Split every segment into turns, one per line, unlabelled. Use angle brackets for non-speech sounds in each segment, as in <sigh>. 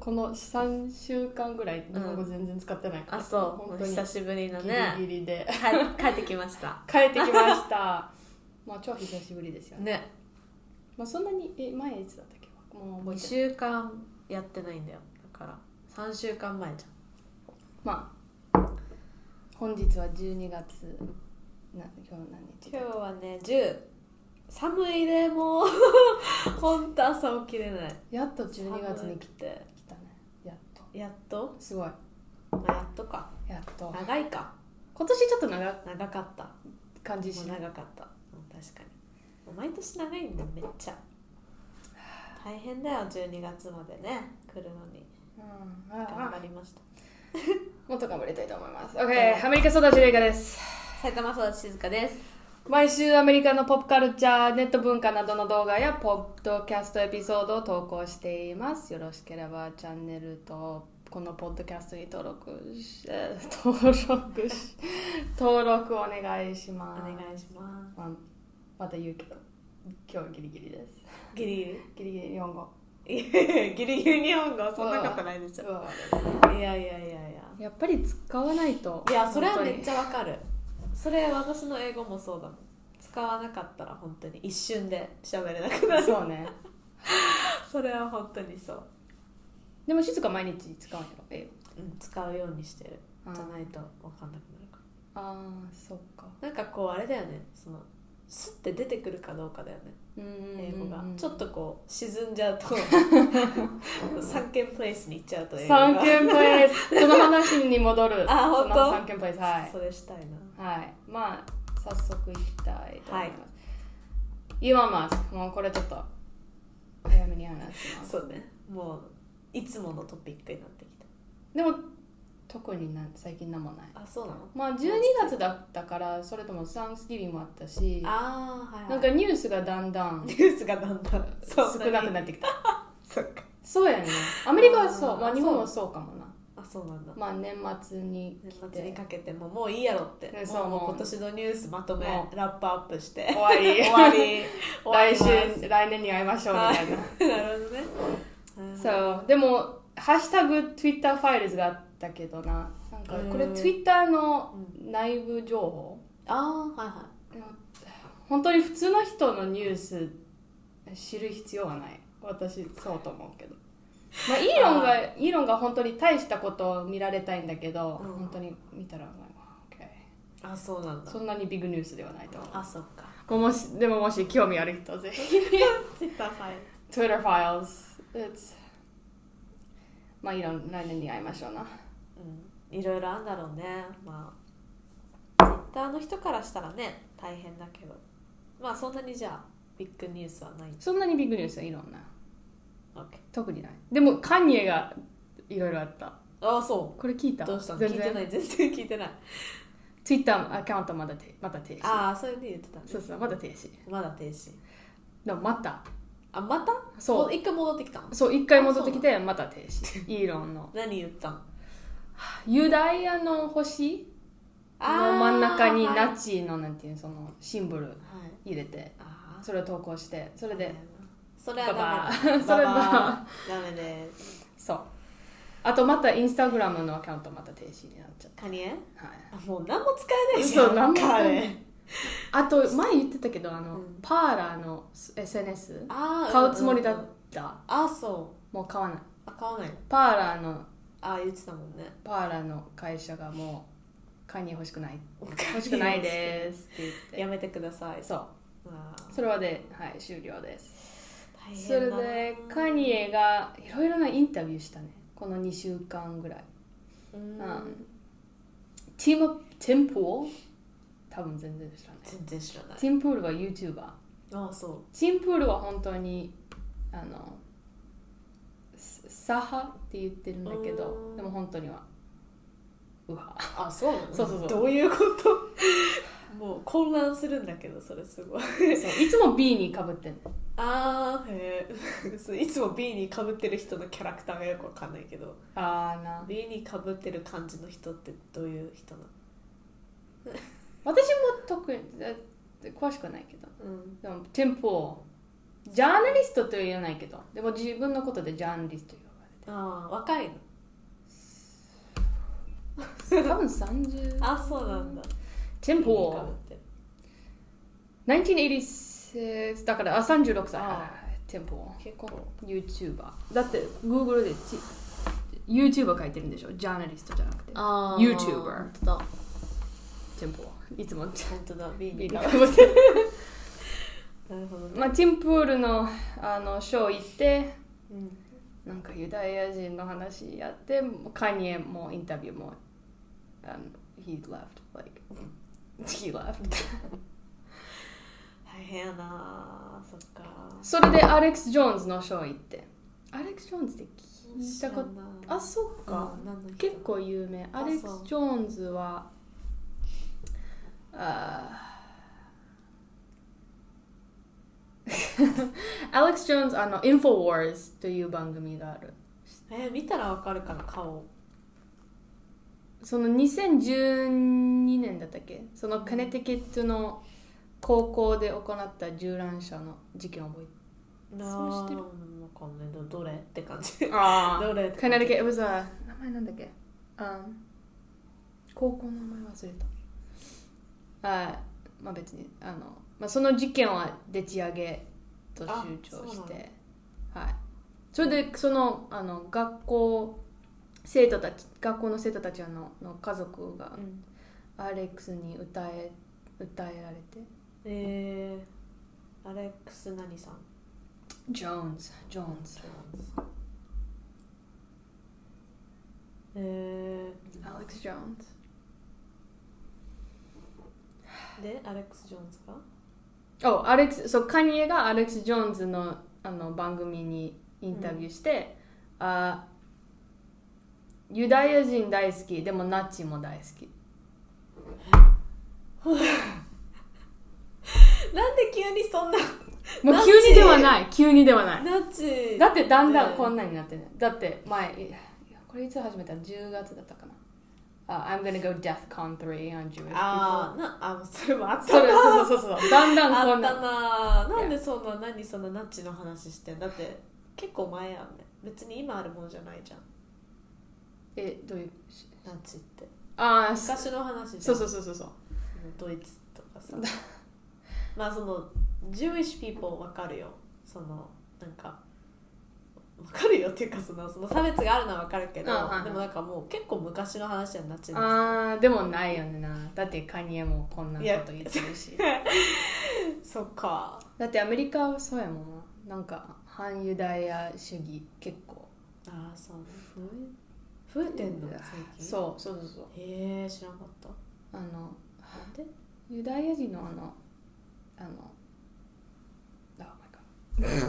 この3週間ぐらい日本語全然使ってないから、
あそう
本
も
当
う
に
久しぶりの
ギリ
ね
ギリで
帰帰ってきました
帰ってきました <laughs> まあ超久しぶりですよね、
ね
まあ、そんなにえ前いつだったっけもう覚えてな
2
い
週間やってないんだよだから3週間前じ
まあ本日は12月な今日何日
ゃん
だ
今日はね10寒いねも <laughs> うほんと朝起きれない
やっと12月に
寒
来
くて
たねやっと
やっと、
すごい
まあ、やっとか
やっと
長いか
今年ちょっと長く
長かったも
感じし
う
ない
長かったうん確かにもう毎年長いんだめっ <sighs> ちゃ大変だよ12月までね来るのに
うん
頑
あ
張
あ
りました
もっと頑張りたいと思います OK アメリカ育ちレイカです
埼玉育ち静香です
毎週アメリカのポップカルチャー、ネット文化などの動画やポッドキャストエピソードを投稿しています。よろしければチャンネルとこのポッドキャストに登録し、えー登録し、登録お願いし
お
ます。
願いします
まあまた言うけど、今日ギリギリです。
ギリギリ
ギリギリ日本語。
いやいやギリギリ日本語そんなことないでし
うわ
ょいやいやいやいや
やっぱり使わないと。
いやそれはめっ
本
ちゃわかるそれ私の英語もそうだもん使わなかったら本当に一瞬で喋れなく
当
な
に
る
そうね。
<laughs> それは本当にそう、
でも静か毎日使うんやろ、英
うん、使うようにしてる
語。
じゃないと分かんなくなるか
ああ、そっか。
らなんかこうあれだよねそのスッて出てくるかどうかだよね英
英
語がちょっとこう沈んじゃう <laughs> と三軒プレイスに行っちゃうと英語が
三軒プレイスその話に戻る
<laughs> あ
その
本当
三軒プレイスは、
それしたいない
はい、まあ早速いきたいと思います、言わますもうこれちょっと早めに話します
そうねもういつものトピックになってき
でも特になん最近何もない
たあそうなの
まあ12月だったからそれともサンスギビンもあったし
ああはい、はい、
なんかニュースがだんだん
<laughs> ニュースがだんだん
少なく
い
なってきた
そっか
そうやねアメリカはそ
あ
う
ー
まあ日本もそうかもな
あそうなんだ
まあ年末に
年
来
末に
て
かけてももういいやろって
ねそう
も
もう
今年のニュースまとめ
も
ラップアップして
終わり
<laughs> 終わり終わり
来
ます
週来年に会いましょうみたいな
なるほどねうん
そうでも「ハッシュタグ Twitter ファイルズ」があったけどななんかこれ
うん
Twitter の内部情報、
ああはいは
本当に普通の人のニュース知る必要はない私そうと思うけど、まあ、イーロン
あ
がイーロンが本当に大したことを見られたいんだけど、
うん
本当に見たらなんか
いあそうなん
OK
だ
そんなにビッグニュースではないと思
あそっか
うもしでももし興味ある人はぜひ
ツイッターファイ
Twitter files It's まあイーロン来年に会いましょうな
うんいろいろあんだろうねまあツイッターの人からしたらね大変だけどまあそんなにじゃあビッグニュースはない
そんなにビッグニュースはいろんな
OK
特にないでもカニエがいろいろあった
ああそ
これ聞いうた
どうしたの聞
全
いて
然
ない <laughs> 全然聞いてない
Twitter アカウントまだてまだ停止
ああそれで言ってたね
そうそうまだ停止
まだ停止
でもまた
あまた
そう
も一回戻ってきたの
そう一回戻ってきてまた停止イーロンの
何言ったの
ユダヤの星の真ん中にナチのなんていうのそのシンボル
はいはい
入れて
あー
それを投稿してそれで
それはダメ
ババア <laughs> それ
バ
バ
バ
バ
アダメです
そうあとまたインスタグラムのアカウントまた停止になっちゃっ
カニエ
た、はい、
あもう何も使えないじゃん
そう何も使えない
彼
あと前言ってたけどあの、
うん
パーラーの SNS
あー
買うつもりだ
んん
っ
ん
た、
あーそう
もう買わない
あ買わないの
パーラーの
あー言ってたもんね
パーラーの会社がもうカニ欲しくない欲しくないですって言
や
って
めてください
そう
あー
それはで、はい、終了です
大
それ
変だな
でカニエがいろいろなインタビューしたねこの2週間ぐらい、
うん
うん、ティム・ティンプール多分全然知らない
全然知らない
ティンプールは YouTuber
あーそう
チンプールは本当にあのス左派って言ってるんだけ
う
ど
ん
でも本当には右派
あそうなの
そうそうそう
どういうこともう混乱するんだけ <laughs> どそれすごい
そういつも B にかぶってんの
あーへえそういつも B にかぶってる人のキャラクターがよくわかんないけど
あーな
B にかぶってる感じの人ってどういう人なの
私も特にえ詳しくはないけど
うん
でもテンプールジャーナリストとは言えないけどでも自分のことでジャーナリストと呼ばれて
ああ若いの
多
<laughs>
分30
あそうなんだ
Temple
いいかぶって
1986だからあ36歳
あ
テンポ
結構
YouTuber だって Google でち YouTuber 書いてるんでしょジャーナリストじゃなくて
あ
ー YouTuber
本当だ
テンポいつも
本当だ B
い
に
い
な
な
るほどね、
<laughs> まあティンプールのあのショー行って
うん、
なんかユダヤ人の話やってカニエもインタビューも、um, he left like <laughs> he left
大変やなそっか
それでアレックス・ジョーンズのショー行ってアレックス・ジョーンズって聞いたことあそっか、
うん何の人
結構有名
あ
アレック
そう
ス・ジョーンズはあー <laughs> アレックス・ジョーンズあの「インフォ・ウォーズ」という番組がある
えー見たらわかるかな顔
その2012年だったっけそのカネティキットの高校で行った銃乱射の事件を覚そう <laughs> してる
あーわかんないどどれって感じ
えあ
どれ
カネティキット it was a 名前なんだっけ、um, 高校の名前忘れたあーまあ別にあの、まあ、その事件はでち上げと
あ
集中
そうな
し
んだ
てはいそれでそのあの学校生徒たち学校の生徒たちのの家族が
うん
アレックスに歌え歌えられて
えー、アレックス何さん
ジョーンズジョーンズ
え
アレックス・ジョーンズ
ー、でアレックス・ジョーンズ
<laughs>
が
おアレックスそうカニエがアレックス・ジョーンズのあの番組にインタビューして、あユダヤ人大好きでもナチも大好き
なんで急にそんな
もう
<laughs> ナチ
急にではない急にではない
ナチ
だってだんだんこん
な
なになってないだって前いやこれいつ始めたの10月だったかな、あ I'm gonna go DeathCon 3 on Jewish people
あーなあそれもあった
そ
な
れそうそうそうそうだんだん
あ
こ
っ
んな
たななんでそんな何そんなナッチの話してんだって結構前やんね別に今あるものじゃないじゃん
えどういう
ナッチって
ああそ
昔の話じゃん
そうそうそうそうそう
ドイツとかさ <laughs> まあその Jewish people わかるよそのなんかわかるよっていうかそのその差別があるのはわかるけど、
あはいはい
でもなんかもう結構昔の話になっちゃいま
あーでもないよねなだってカニエもこんなこと言ってる
<laughs>
し
すそっか
だってアメリカはそうやもんななんか反ユダヤ主義結構
ああそう増え増えてんの最近う
そうそうそうそう
へえ知らなかった
あの
なんで
ユダヤ人のあのあのあ Oh my god
ユダヤ人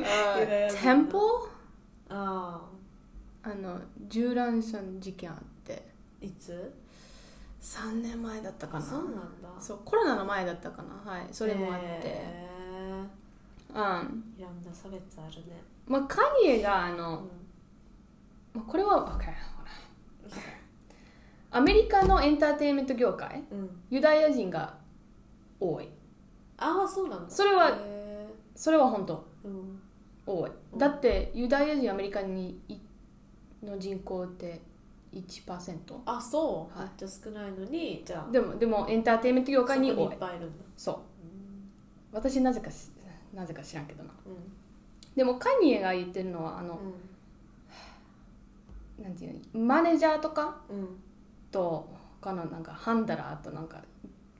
の
<laughs> テンポ
<laughs> あ
あの銃乱射の事件あって
あいつ
3年前だったか
あ
な
そうなんだ
そうコロナの前だったかなはいそれもあって、
へ
うん
ーいろんな差別あるね、
まあカニエがあの、
う
まあこれは OK アメリカのエンターテインメント業界
んうん、
ユダヤ人が多い
ああそうなんだ
それは
へ
それは本当
ーうん
多い
うん
だってユダヤ人アメリカにいの人口って1%
あそう、
はい
めっちゃ少ないのにじゃあ
でもでもエンターテインメント業界に
そこ
多
い
い
っぱいいるんだ
そう
うん
私なぜかしなぜか知らんけどな
うん
でもカニエが言ってるのはあの、なんていうのマネージャーとか
うんうん
と他のなんかハンダラーとなんか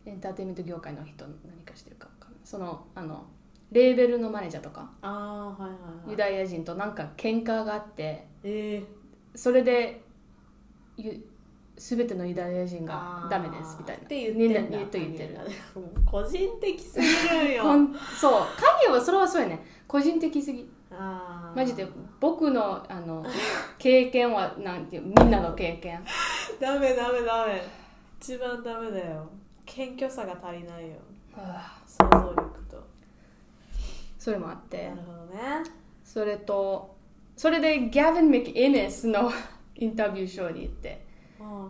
エンターテインメント業界の人何かしてるかわかんないそのあのレーベルのマネージャーとか
ああはいはいはい
ユダヤ人となんか喧嘩があって
ええ
それでゆ全てのユダヤ人が
あー
ダメですみたいな
って言ってんだ
みんな言ってる
<laughs> もう個人的すぎるよ
<laughs> ほんそうカニエはそれはそうやね個人的すぎ
あー
マジで僕のあの経験はなんていうみんなの経験
ダメダメダメ一番ダメだよ謙虚さが足りないよ想像力と
それもあって
なるほどね
それとそれでギャビン・メキ・エネスの <laughs> インタビューショーに行って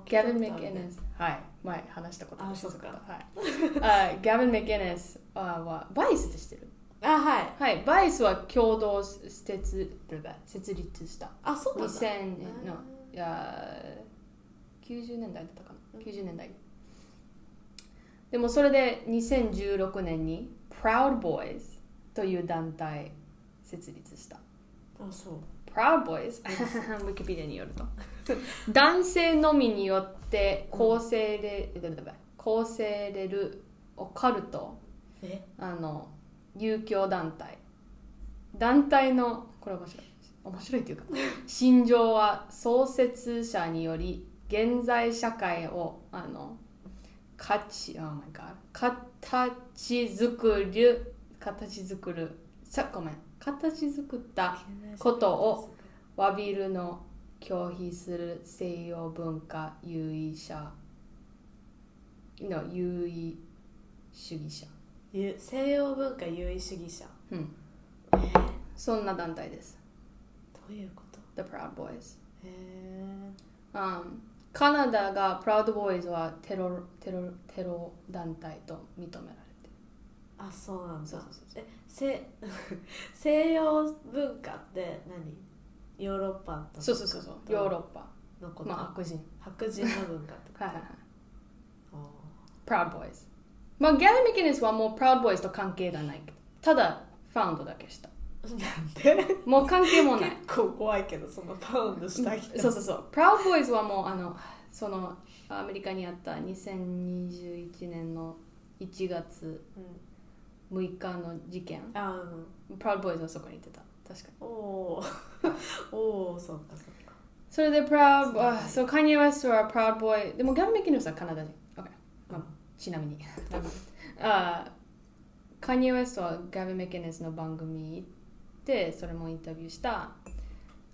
ギャビン・メキ・エネスはい前話したこと
あ
し
そっか
はいあギャビン・メキ・エネスあはバイスって知ってる
あはい
はい、バイスは共同施設設立した
あそうなんだ
2000年の
あ
いやー90年代だったかな90年代でもそれで2016年に Proud Boys という団体設立した
ーあそう
Proud Boys <laughs> ウィキペディアによると男性のみによって構成で、構成れるオカルト
え
あの遊興団体団体のこれ面白い面白いっていうか心情は創設者により現在社会をあの価値 oh my god 形作る形作るさごめん形作ったことをわびるの拒否する西洋文化優位者の優位主義者
ゆ西洋文化優位主義者
うん
えー、ど
そんな団体です
ういうこと
The Proud Boys、
へえ
うんカナダが Proud Boys はテロテロテロ団体と認められてる
あそうなんだ
そうそうそうそう
えせ <laughs> 西洋文化って何ヨーロッパと
そうそうそうそうヨーロッパ、
のこと、
まあ、白人
白人の文化ってこと
はいはいはい
あ
Proud Boys まあギャリー・ミケネスはもう Proud Boys と関係がないけどただファウンドだけした
ーなんで
もう関係もない
結構怖いけどそのパウンドした人
そうそうそう。Proud Boys はもうあのそのアメリカにあった2021年の1月
うん
6日の事件。
あうん、
Proud Boys はそこに行ってた。確かに。
おー <laughs> おーそうかそうか
それで Proud あそう、カニエ・ウェストは Proud Boy。でもガンメキヌスはカナダ人。OK。まあ、ちなみに。あカニエ・ウェストはガビ・メケネスの番組に行ってそれもインタビューした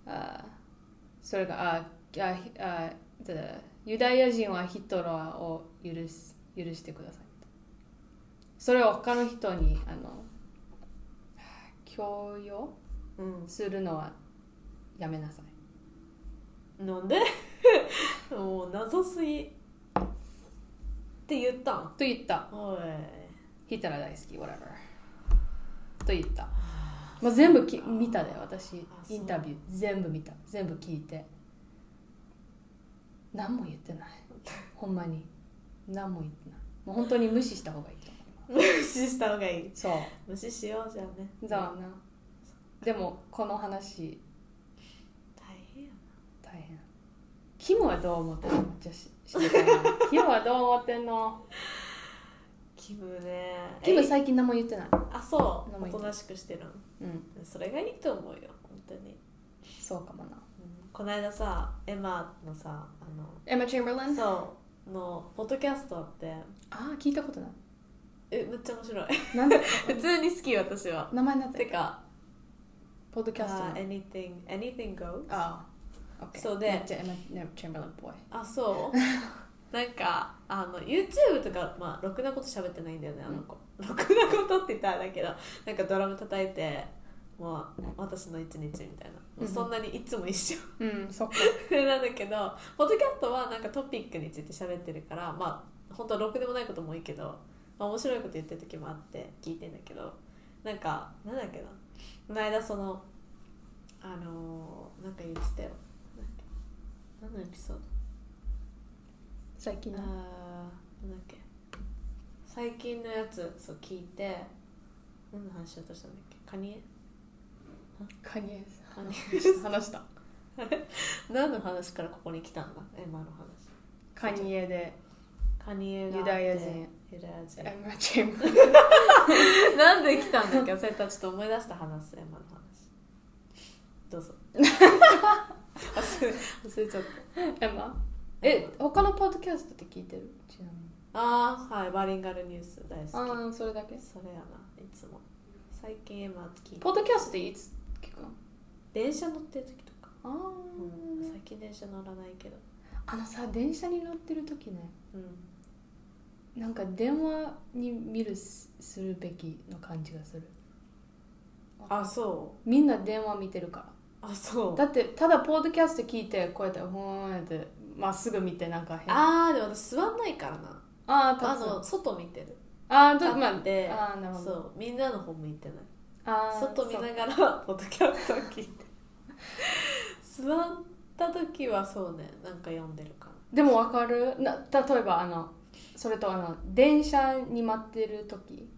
あそれがあああただユダヤ人はヒトラーを許す許してくださいそれを他の人にあの強要
う
するのはやめなさい
んなんで <laughs> もう謎すぎって言ったん
と言った
おい
ヒトラー大好き whatever と言った、まあ、全部き見たで私
そう
インタビュー全部見た全部聞いて何も言ってないほんまに何も言ってないもう本当に無視した方がいいと思
無視した方がいいう
そう
無視しようじゃあね
だわなでもこの話
大変や
大変キムはどう思ってんのめっちゃし知りたいなキムはどう思ってんの
キムね
キム
<laughs> え
最近何も言ってない
あそ
飲
う
む
おとなしくしてるん
うん
それがいいと思うよ本当に、
そうかもな
うん、この間さエマのさあ
エマ・チェンバーレン
の
あ
そうのポッドキャストあって
あー聞いたことない
えめっちゃ面白い
<laughs> なんで
普通に好き私は
名前なんて
てか
ポッド
「
キャストの
uh, anything anything goes」
ああ、OK。
そうで
めっちゃエマ・チェンバーレンっぽい。
あそう
<laughs>
なんかあの YouTube とかまあろくなこと喋ってないんだよねあの子、ろくなことって言ったらあれだけどなんかドラム叩いてもう私の一日みたいな、
うん
そんなにいつも一緒
うん、そっか。
なんだけどポッドキャストはなんかトピックについて喋ってるからまあ本当はろくでもないことも多いけど、まあ、面白いこと言ってる時もあって聞いてんだけどなんかなんだっけなこの間そのあのーなんか言ってたよなんだっけ何のエピソード
最近の。
あーなんだっけ最近のやつそう聞いて何の話しようとしたんだっけカニエ
カニエ
カニ
ス。話した。
エ何の話からここに来たんだエマの話
カニエで、
カニエがあ
ユ
って
ダヤ人。
ユダヤ人
エマ・チェンバーレン。
<laughs> なんで来たんだっけ忘れたちょっと思い出した話すエマの話どうぞ忘れ忘れちゃった
エマえ、他のポッドキャストって聞いてるちなみに。
ああはいバリンガルニュース大好
ああ、それだけ
き。それやないつも最近エマ聞いて
ポッドキャストっていつ聞くの
電車乗ってる時とか
あ
うん
ー
最近電車乗らないけど
あのさ、電車に乗ってる時ね、
うん
なんか電話に見るすするべきの感じがする。
あそ
みんな電話見てるから。
うあそう
だってただポッドキャスト聞いてこうやってふーんってまっすぐ見てなんか変あ
あーでも私座んないからな
あー
あ
立つ
の外見てる
あー
立
とまあ
って
あーなるほ
そ
ど
うみんなの方向いてない
あー
外見
そう
ながらポッドキャストを聞いて座った時はそうねなんか読んでるかも
でもわかるな例えばあのそれとあの電車に待ってる時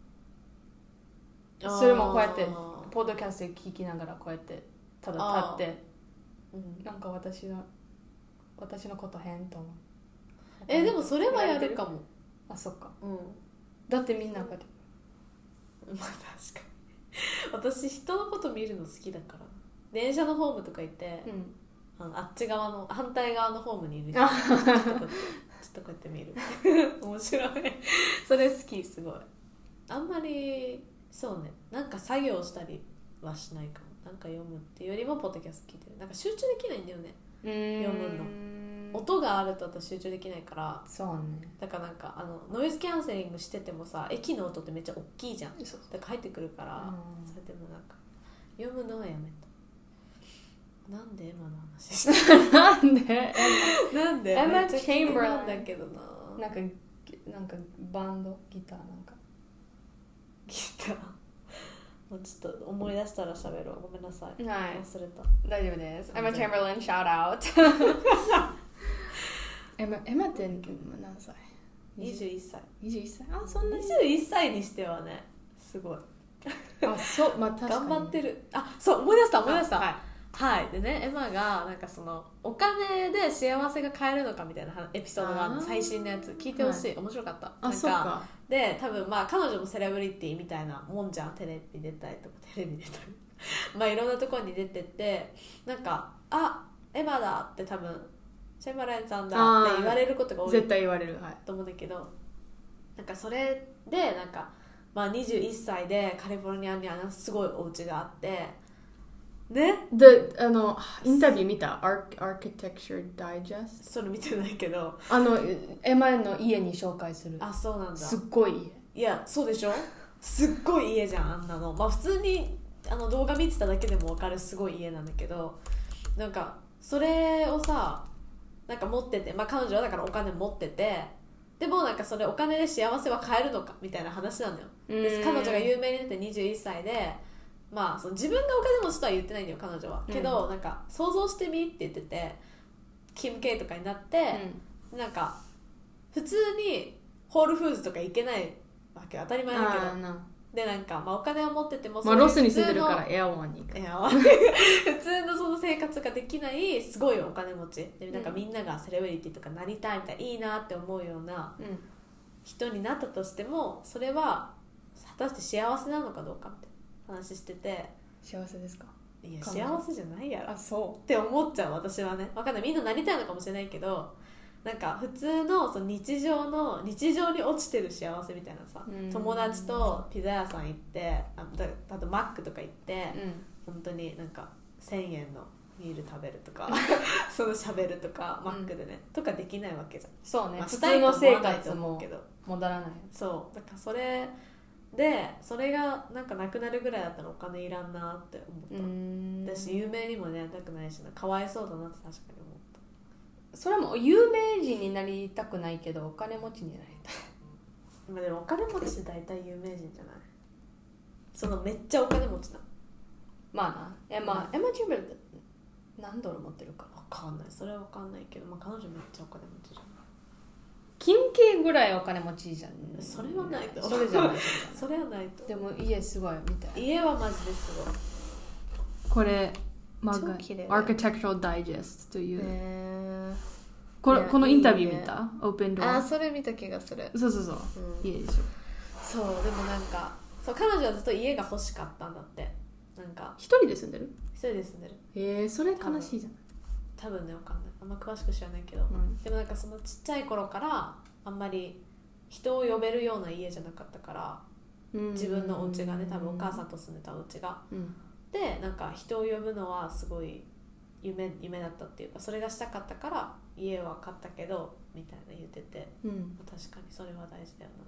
それもこうやって
あ
ポッドキャストで聞きながらこうやってただ立って
ーうん
なんか私の私のこと変と思う
えでもそれはやるかも
あそっか
うん
だってみんなこうやって
まあ確かに私人のこと見るの好きだから電車のホームとか行って、
うん
あのあっち側の反対側のホームにいる人
あ
ちょっとこうやってちょっとこうやって見
<laughs>
る面白い <laughs> それ好きすごいあんまりそうねなんか作業したりはしないかもなんか読むっていうよりもポッドキャスト聞いてるなんか集中できないんだよね
読
むの
の
音があると私集中できないから
そうね
だからなんかあのノイズキャンセリングしててもさ駅の音ってめっちゃ大きいじゃん
そう
だから入ってくるから、
うん
それでもなんか読むのはやめたなんで今の話した
なんで
<laughs> なんで
Emma
めっちゃ気になる
Chamberlain
んだけどな
なんかなんかバンドギターなんか
ギターもうちょっと思い出したら喋ろうごめんなさい
は
忘れた
大丈夫です。
Emma
Chamberlain, shout <laughs> out. エマエマって何歳
21歳
21歳あ、そんなに。
21歳にしてはねすごい
あ、そう、まあ、確か
頑
に。
張ってるあそう思い出した思い出した
はい
はい、でねエマがなんかそのお金で幸せが買えるのかみたいな話エピソードがあって
あー
最新のやつ聞いてほしい、面白かったなん
あ、そうか。
で多分まあ彼女もセレブリティみたいなもんじゃんテレビ出たりとかテレビ出たり <laughs> まあいろんなところに出てってなんか「あエマだ」って多分チェンバレンさんだって言われることが多い
絶対言われる。はい。
と思うんだけどなんかそれでなんか、まあ、21歳でカリフォルニアにあのすごいお家があってね
で、あの、インタビュー見た。アーキテクチャーダイジェス
それ見てないけど
ト。あの、エマの家に紹介する。
あそうなんだ
すっごい家。
いやそうでしょすっごい家じゃんあんなのまあ普通にあの動画見てただけでも分かるすごい家なんだけどなんかそれをさなんか持っててまあ彼女はだからお金持っててでもなんかそれお金で幸せは買えるのかみたいな話なんだよで彼女が有名になって21歳でまあその自分がお金持ちとは言ってないんだよ彼女はけど、なんか想像してみって言っててキム・ケイとかになって、なんか普通にホールフーズとか行けないわけ当たり前だけ
あ
ど
な。
でなんか、まあ、お金を持ってても
まあ、
そういう
ロスに住んでるか
普
らエアワンに行く
通の。いや <laughs> 普通のその生活ができないすごいお金持ちでなんか
うん
みんながセレブリティとかなりたいみたいないいなって思うような
うん。
人になったとしてもそれは果たして幸せなのかどうかって話してて
幸せですか
いや
かな
幸せじゃないやろ
あ、そ
って思っちゃう私はねわかんないみんななりたいのかもしれないけどなんか普通のその日常の日常に落ちてる幸せみたいなさ
うん
友達とピザ屋さん行ってあだあとマックとか行って
う。うん。
本当になんか1,000円のビール食べると
<laughs>
かそのしゃべるとかマックでね、とかできないわけじゃん、
そうね。
まあ
普
した
通の生
いと思わないと
活
思う
も
けど
戻らない。
そうだからそれでそれがなんかなくなるぐらいだったらお金いらんなって思った、
ん
私有名にもねなりたくないしなかわいそうだなって確かに思った
それはもう有名人になりたくないけどお金持ちになりたい <laughs>
まあでもお金持ちって大体有名人じゃないそのめっちゃお金持ちな
まあなえまあエマチューブル何ドル持ってるかな
わかんないそれはわかんないけど、まあ、彼女めっちゃお金持ちじゃない
金系ぐらいお金持ちじゃん
それはないと
それじゃない
それはないと
でも家すごいみたい
家はマジですごい
これマ
超
グ
綺麗
Architectural Digest という、
え
これ
いや
このインタビュ
いい
ー
ね
見たオープンド
あ
ア
それ見た気がする、
そうそうそう
うん
家でしょ
そうでもなんかそう彼女はずっと家が欲しかったんだってなんか
一人で住んでる
一人で住んでる
えー、それ悲しいじゃん、
多分ねわかんないあんま詳しく知らないけど、
うん
でもなんかそのちっちゃい頃からあんまり人を呼べるような家じゃなかったから自分のお家がね多分お母さんと住んでたお家が
うん
でなんか人を呼ぶのはすごい夢夢だったっていうかそれがしたかったから家は買ったけどみたいな言ってて
うん
確かにそれは大事だよな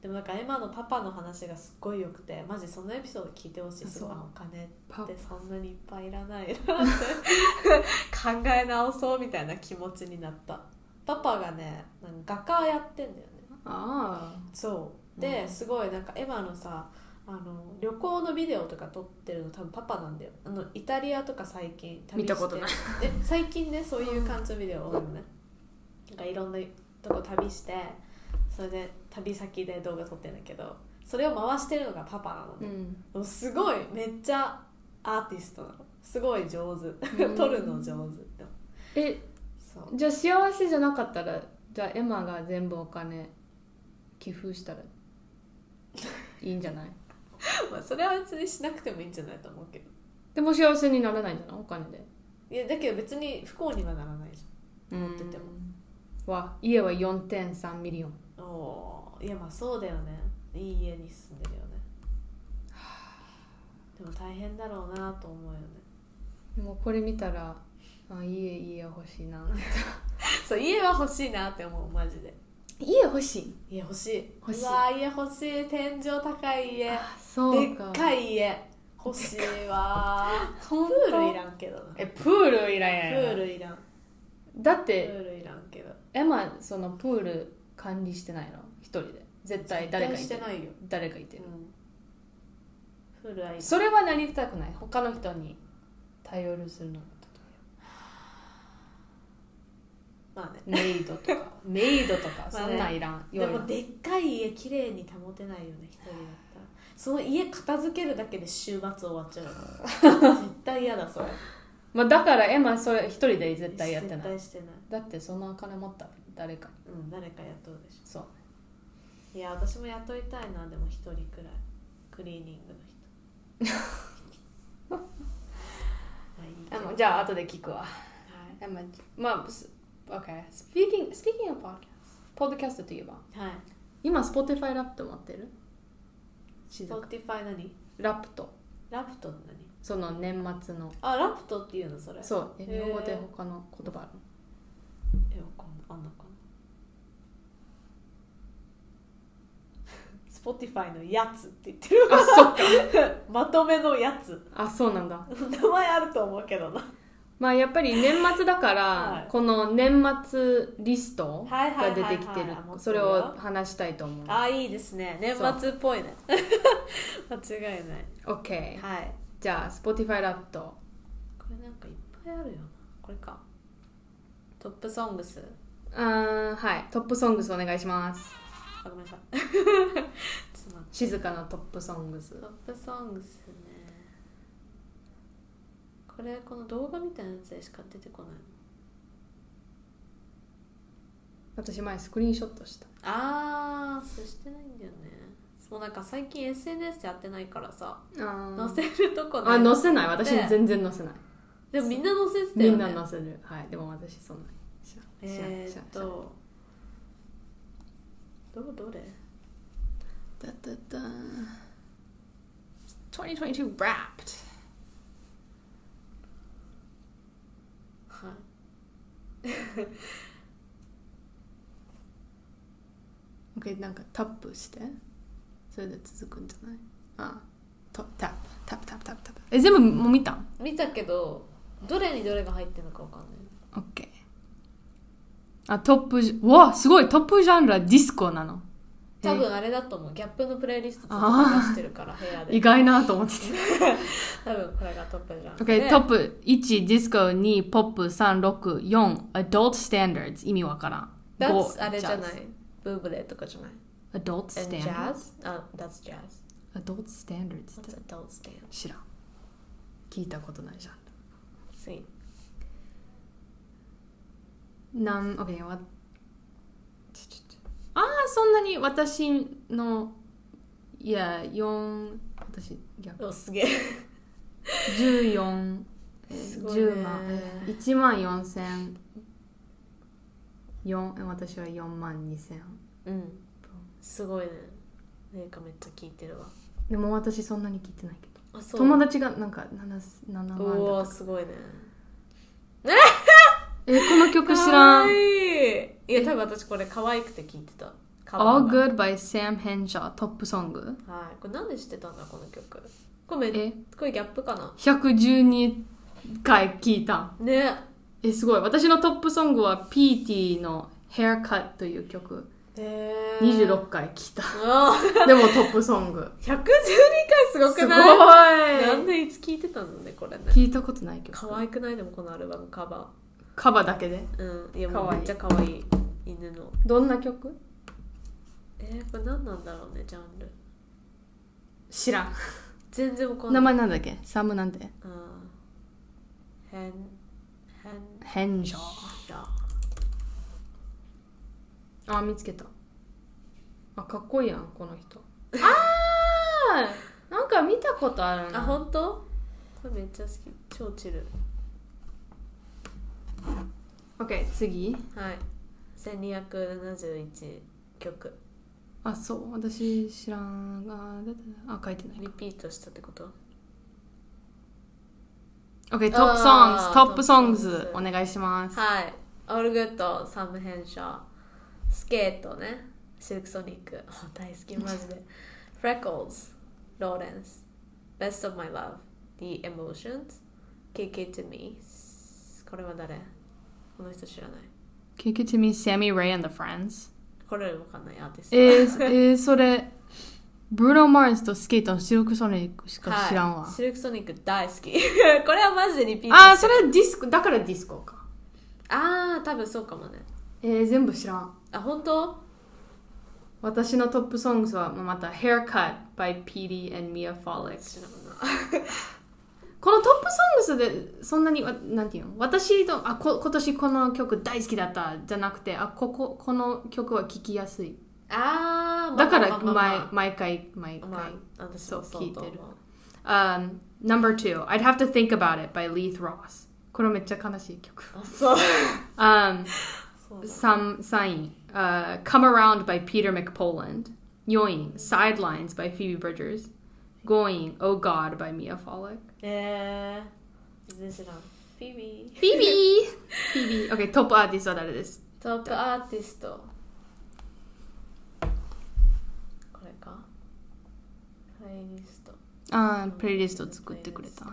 でもなんかエマのパパの話がすっごい良くてマジそのエピソード聞いてほしい
あ
すごい
そう
あお金っ
パ
てそんなにいっぱいいらないなって考え直そうみたいな気持ちになったパパがねなんか画家やってんだよね
あ
そうで、
うん
すごいなんかエマのさあの旅行のビデオとか撮ってるの多分パパなんだよあのイタリアとか最近旅
見たことない
してえ最近ねそういう感じのビデオ多いのねなんかいろんなとこ旅してそれで旅先で動画撮ってるんだけどそれを回してるのがパパなの
う
ね、
ん
でもすごいめっちゃアーティストなのすごい上手
うん
撮るの上手でも
え
そう
じゃあ幸せじゃなかったらじゃあエマが全部お金寄付したらいいんじゃない <laughs>
まあそれは別にしなくてもいいんじゃないと思うけど
でも幸せにならないんじゃないお金で
いやだけど別に不幸にはならないじ
持
ってても
は家は4.3ミリオン
ゃんおーいやまあそうだよねいい家に住んでるよねでも大変だろうなと思うよね
でもこれ見たらあ家家欲しいな
そう家は欲しいなって思うマジで
家欲しい
家欲しい
欲しいう
わー家欲しい天井高い家
あそ
で
う
っ
か
かい家欲しいわー
ほん
<laughs> プ
と
ールいらんけどなプ
えプールいらんやん
ールいらん
だっ
プ
て
ールいらんけど
エマそのプール管理してないの一人で絶対誰かいて
絶対してないよ、
誰かいてる、
うん、プールはいらん
それはなりたくない他の人に頼るするの
まあね
メイドと <laughs> かメイドとかそんなんいらん、
で
よいら
も
ん
でっかい家きれいに保てないよね一人だったらその家片付けるだけで週末終わっちゃう
<laughs>
絶対嫌だそれ
まあ、だからエマそれ一人で絶対やって
絶
ない
対してない
だってそのお金持ったら誰かに
うん誰か雇うでし
そう
ょいや私も雇いたいなでも一人くらいクリーニングの
<laughs>
人まあいいけ
あ
ど
のじゃあ後で聞くわ。
は
あまあまあ、す OK。Speaking, speaking of podcast, ポッドキャストといえば、
い、はい、
今 Spotify ラップと持ってる静か
Spotify 何
ラップと、
ラプトって何
その年末の。
あラプトっていうのそれ
そう、え
へー
日本語で他の言葉ある
えわかんあんなかな Spotify のやつって言ってる
あ、そっか。
<laughs> まとめのやつ
あ、そうなんだ。
名前あると思うけどな
まあやっぱり年末だから、
はい
この年末リスト
はいは
が
いはい
出
はい
てきてる
持ってる。よ
それを話したいと思う。
あいいですね年末っぽいね間違いない
OK。
はい
じゃあ Spotify ラップと。
これなんかいっぱいあるよなこれかトップソングス
うーん、はい。トップソングスお願いします。
あごめんなさ <laughs> いちょっと待って
静かなトップソングス。
トップソングスねこれこの動画みたいなやつでしか出てこないの
私前スクリーンショットした
ああそうしてないんだよねそうなんか最近 SNS やってないからさ
あ
載せるとこ
あ載せない私
ね
全然載せない、
でもみんな載せてた
み
よ
ん
ね
な載せるはいでも私そんなにしないしないしない
えーっ
しない
とどどれ
だだだ2022 Wrapped <laughs>
はい
OK なんかタップしてそれで続くんじゃないあタタップタップタップタップタップえ全部もう見たん
見たけどどれにどれが入ってるのかわかんない
?OK あトップジうわすごいトップジャンルはディスコなの
多分あれだと思うギャップのプレイリストずっと流
あ
してるから部屋
意
で
外なと思ってた
多分これがトップじゃん
OK、トップ1、ディスコ2、ポップ3、6、4、adult standards 意味わからん。
That's
5
あれじゃない
jazz
ブーブレとかじゃない
adult
And
standards?
jazz? あ、That's jazz
adult standards
That's adult stand
知らん。聞いたことないじゃん。
次
なん、OK、わ、ちょちょちょああ、そんなに私の、いや、4、私、逆。
おすげえ
14、え
す
ー
ごいね
10万、えー1万4千、4、私は4万2千。
うんすごいねなんかめっちゃ聞いてるわ
でも私そんなに聞いてないけど。
あそう
友達がなんか 7, 7万だ
う
と
おー
か
すごいね
えこの曲知ら
かわ
ん
いいいや多分私これ可愛くて聞いてた
All
グ
Good by Sam Henshaw トップソング
はいこれなんで知ってたんだこの曲これめ
え
これギャップかな
112回聴いた
ね
えすごい私のトップソングは PT の Haircut という曲
へー
26回聞い
<laughs>
た
あー
でもトップソング
112回すごくないなんでいつ聞いてたのねこれね
聞いたことないけど
可愛くないでもこのアルバムカバ
カバーだけで
ーうんいや
可
もう
愛い
めっちゃ可愛い犬の
どんな曲
えー、これ何なんだろうねジャンル
知らん
全然わかんな
名
い
前なんだっけサムなんで
うんヘンヘン
ヘンジョ
シャ
あ見つけたあかっこいいやんこの
<laughs>
人あーなんか見たことある
あ
な
本当これめっちゃ好き超チル
OK 次
はい1271曲
あそう私知らんあだだだあ書いてない
リピートしたってこと
OK トップソン
あ
グ
ー
ストップソング
トッ
ス
プ
お
ソン
願いします
はいオールグッドサムヘンシャースケートねシルクソニックあ大好きマジでフレコーズローレンス Best of my love The emotions KK to me これは誰この人知らない
Kick it to me Sammy Ray and the Friends
これわかんないアーティスト
え
<laughs>
ー、えー、それブルーノ・マーズとスケートのシルクソニックしか知らんわ、
はい、シルクソニック大好き <laughs> これはマジでリピート
ああそれディスコだからディスコか
あー多分そうかもね
えー、全部知らん
あ本当
私のトップソングスはまた Haircut by PD and Mia
知
Follick
らんな <laughs>
このトップソングスでそんなにわなんていうの私とあこ今年この曲大好きだったじゃなくてあこここの曲は聴きやすい
あー
だか
ま
ら
あまあまあまあ
毎毎回毎回、
まあ、私もそうと思
そう聞いうてる um, Number two I'd have to think about it by Leith Ross これめっちゃ悲しい曲
あそう <laughs>
um,
そうだ
3, 3位、uh, Come Around by Peter McPoland 4位 Sidelines by Phoebe Bridgers 5位 Oh God by Mia Follick
えー、全然知らんフィービー
Phoebe <laughs> Phoebe OK トップアーティストは誰です
<laughs> トップアーティストこれかプレイリスト
あープレイリストを作ってくれたはい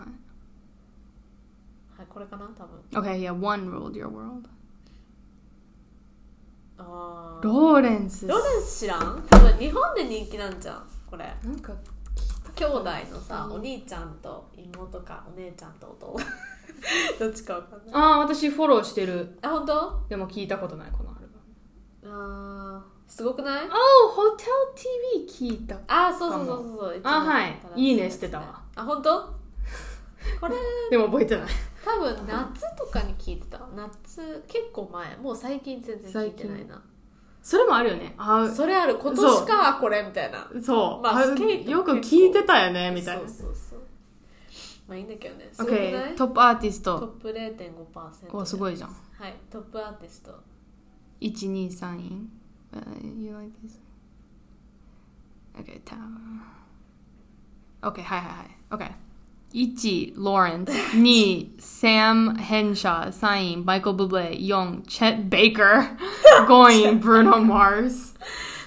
はいこれかな多分
OK yeah One Ruled Your World
あー
ローレンス
ロレンス知らん多分日本で人気なんじゃんこれ
なんか
兄弟のさ
うん
お兄ちゃんと妹かお姉ちゃんと弟 <laughs> どっちかわかんない
ああ私フォローしてる
あ本当
でも聞いたことないこのアルバム
あーすごくな
お
い
ー Oh, Hotel TV 聞いた
あーそうそうそうそうそう
あはい
一番新し
いいね
やつ
してたわ
あ本当 <laughs> これ
でも覚えてない
多分夏とかに聞いてた夏結構前もう最近全然聞いてないな
それもあるよねあー
それある今年かこれみたいな
そう、
まあ
あ
スケート
よく聞いてたよねみたいな
そうそうそうまあいいんだけどねすごくない、
OK トップアーティス
トッ
ト
プ0.5%
おすごいじゃん
はいトップアーティスト
123位 Uh, you like this? OK タ OK はいはいはい OK1 ローレンス2サム・ヘンシャー3位マイクル・ブブレ4チェッ・ベイカ
<laughs>
ー5位ブルーノ・マーズ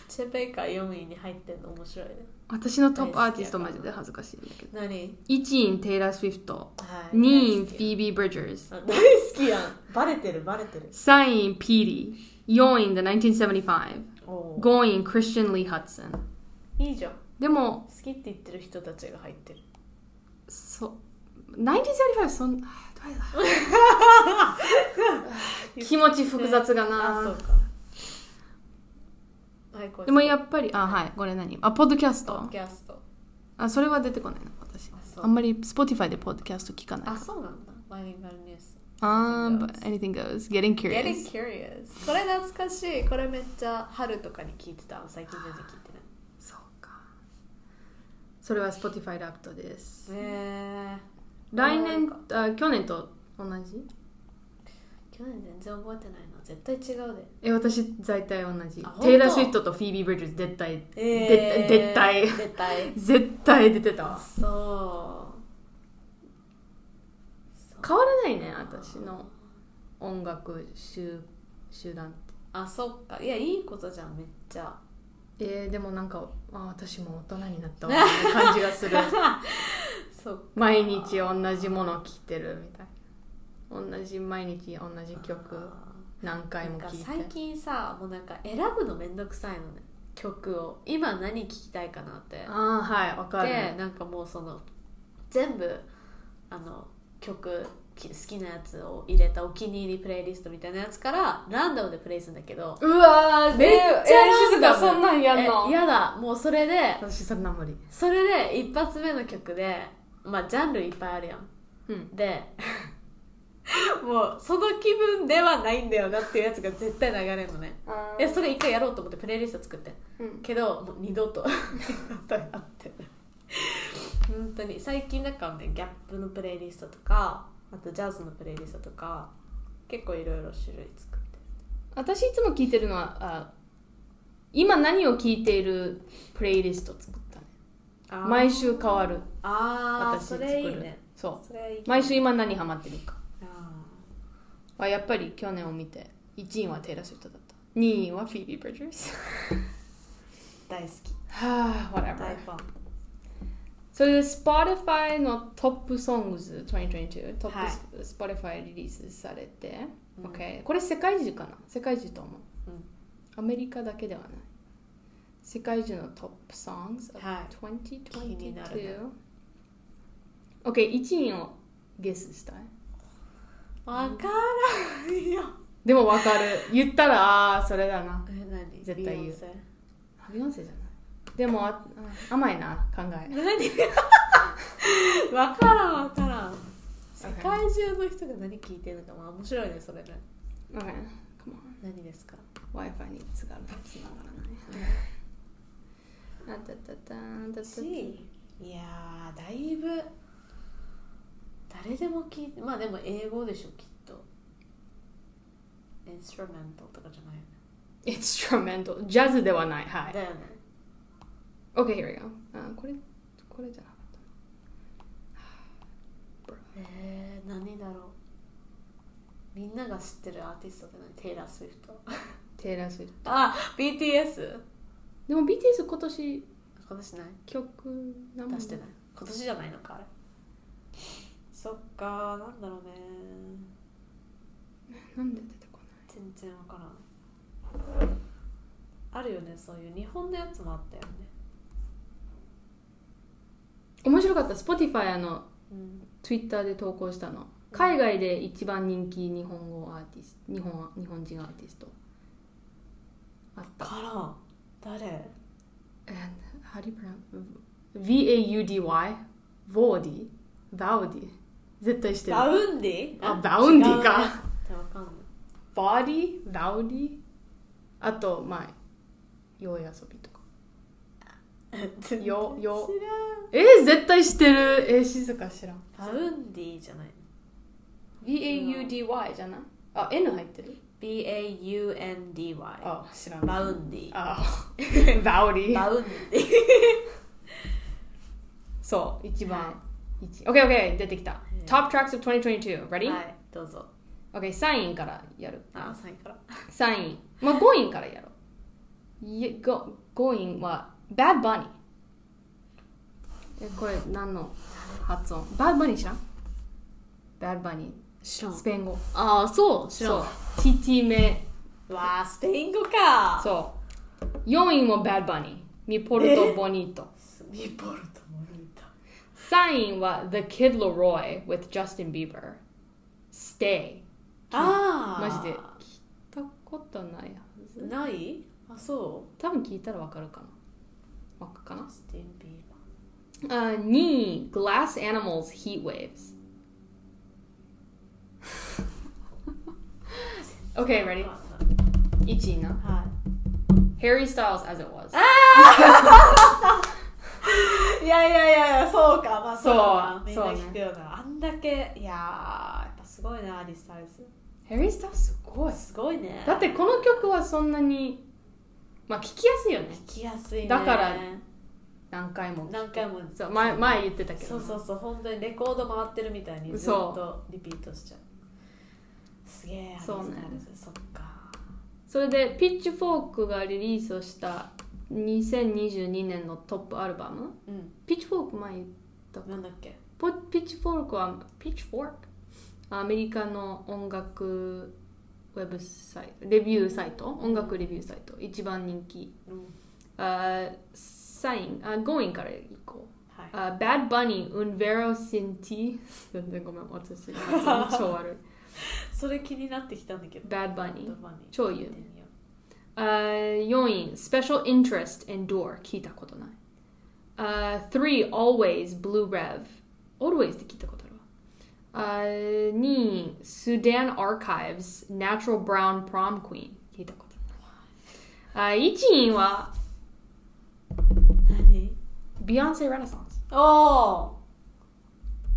チェ・ベイカー4位に入ってんの面白いね
私のトップアーティストマジで恥ずかしいんだけど
何
1位テイラー・スウィフト
はい
2位フ
大好き
ィービー・ブリッジャーズ
あ大好きやんバレてるバレてる
3位 Petey 4位 The 1975
お
5
ー
位 Christian Lee Hudson
いいじゃん好
でも
きって言ってる人たちが入ってる
そ1975そんあどれだ
<laughs>
気持ち複雑が
あそ
な
うかはいこれ
でもやっぱりあはいこれ何あポッドキャス
ポッ
ト
ドキャスト
あそれは出てこないな私
あそう
あんまり Spotify でポッドキャスト聞かない
あそうなんだバイリンガルニュース
あー but anything goes getting
Getting
curious
Curious これ懐かしいこれめっちゃ春とかに聞いてた最近全然聞いてない
そうかそれは Spotify ラプトです
え
来年あ去年と同じ
去年全然覚えてないな絶対違うで
え私大体同じ
あ
テイラー・
本当
スウィフトとフィービー・ブリッジャーズ絶対、
えー
絶対 <laughs> 絶対
絶対
絶対出てたわ
そうそう
変わらないね私の音楽集集団って
あそっかいやいいことじゃんめっちゃ <laughs>
えー、でもなんかあ私も大人になったわみたいな感じがす <laughs> る
そっか
毎日同じものを聴いてるみたいな同じ毎日同じ曲
あ
何回
な
も
んか
聞いて
最近さもうなんか選ぶのめんどくさいのね曲を今何聴きたいかなって
ああはいわかる
でなんかもうその全部あの曲き好きなやつを入れたお気に入りプレイリストみたいなやつからランダムでプレイするんだけど
うわー
めっちゃランダム
そんなんやん
え
の
嫌だもうそれで
私そんな無理
それで一発目の曲でまあジャンルいっぱいあるやん
うん
で <laughs> もうその気分ではないんだよなっていうやつが絶対流れるのねでそれ一回やろうと思ってプレイリスト作ってん
うん
けどもう二度と <laughs> 二度とやってない本当に最近なんかねギャップのプレイリストとかあとジャズのプレイリストとか結構いろいろ種類作って
私いつも聞いてるのはあ今何を聞いているプレイリスト作ったね
あー
毎週変わる
あー
私
そ
作
れいい
る
ね
そう
それいい
毎週今何ハマってるか
あ
はやっぱり去年を見て1位はテイラー・スウィフトだった2位はフィービー・ブリッジャース
ー大好き
はあ
大
whatever
ファン
それで Spotify のトップソングズ2022ト
は
ッ
い
プ Spotify リリースされて、
うん
OK これ世界中かな世界中と思う
うん
アメリカだけではない世界中のトップソングズ
は気になるね
2022 OK1 位をゲスしたい
わからんよ
でもわかる
<laughs>
言ったらああーそれだな
え何
絶対言う
ビヨンセ
あビヨンセじゃないでもああ甘いな考え
何 <laughs> わからんわからん世界中の人が何聞いてるのかまあ面白いねそれね
OK
何ですか
Come on Wi-Fi につがるつながらないあたたたんたたた
いやーだいぶ誰でも聞いてまあでも英語でしょきっとインストラメントとかじゃないよね
Instrumental ジャズではないはい
だよね
OK here we go あこれこれじゃなかった
えー、何だろうみんなが知ってるアーティストって何テイラー・スウィフト
テイラー・スウィフト
あ BTS
でも BTS 今年
今年ない
曲何
出してない今年じゃないのかあれそっかなんだろうね
なんで出てこない
全然わからんあるよねそういう日本のやつもあったよね
面白かった Spotify あの
うん、
Twitter で投稿したの海外で一番人気日本語アーティスト日本日本人アーティストあった
からん誰
And how do you pronounce V A U D Y Vaudi Vaudi 絶対してる
バウンディ
あバウンディか
違う <laughs> ねってわかんない
Vaudi Vaudi あとまあ夜遊びとか
全然
<laughs> よよ
知ら
えー、絶対してるえー、静か知らん
んバウンディじゃない
V A U D Y じゃないあ N 入ってる
BAUNDY
あ知らん
バウンディ
あ <laughs> バウリ
<laughs> バウンディ
そう一
は
番一 OKOK 出てきた
い
Top Tracks of 2022 Ready?
はいどうぞ
OK3 位からやる
あ3位から
3位まあ5位からやろういえご5位は Bad Bunny えこれ何の発音 Bad Bunny 知らん Bad Bunny
知ら
スペイン語
ああそう知らん
そう
わ
TT 目
あ <laughs> スペイン語か
そう4位も Bad Bunny ミポルトボニート
ミポルトモルタ
3位は The Kid Leroy with Justin Bieber Stay
ああ
マジで聞いたことないはず
ないあそう
多分聞いたらわかるかなわかるかな
ジャスティン・ビーバー
あ2位 Glass Animals Heat Waves <laughs> Okay, ready? 1位な
は
Harry Styles as it was
<laughs> いいやいやいやいやそうかまあ
そう
そうだなみんな
そうね
聞くよなあんだけいやーやっぱすごいなアリス・サイズ
Harry Styles すごい
すごいね
だってこの曲はそんなにまあ聞きやすいよね
聞きやすいね
だから何回も
何回も
そう前前言ってたけ
そ
ど
うそうそう本当にレコード回ってるみたいにずっ
そう
とリピートしちゃうすげえアリス・サ
そう
イ
ね
ズそっか
それでピッチフォークがリリースをした2022年のトップアルバム
うん
ピッチフォーク前言っ
なんだっけ
ポピッチフォークはピッチフォークアメリカの音楽ウウェブサイトレビューサイト音楽レビューサイト一番人気あサインあ Going から行こう
はい
あ Bad Bunny Unvero Sinti <laughs> 全然ごめん私発音超悪い
それ気になってきたんだけど
Bad
バ
Bunny
ッドバニー
超有名あ4位 Special Interest Endure 聞いたことないあ3 Always Blue Rev Always って聞いたことあるわあ2位 Sudan Archives Natural Brown Prom Queen 聞いたことないあ1位は
何
Beyonce Renaissance
おお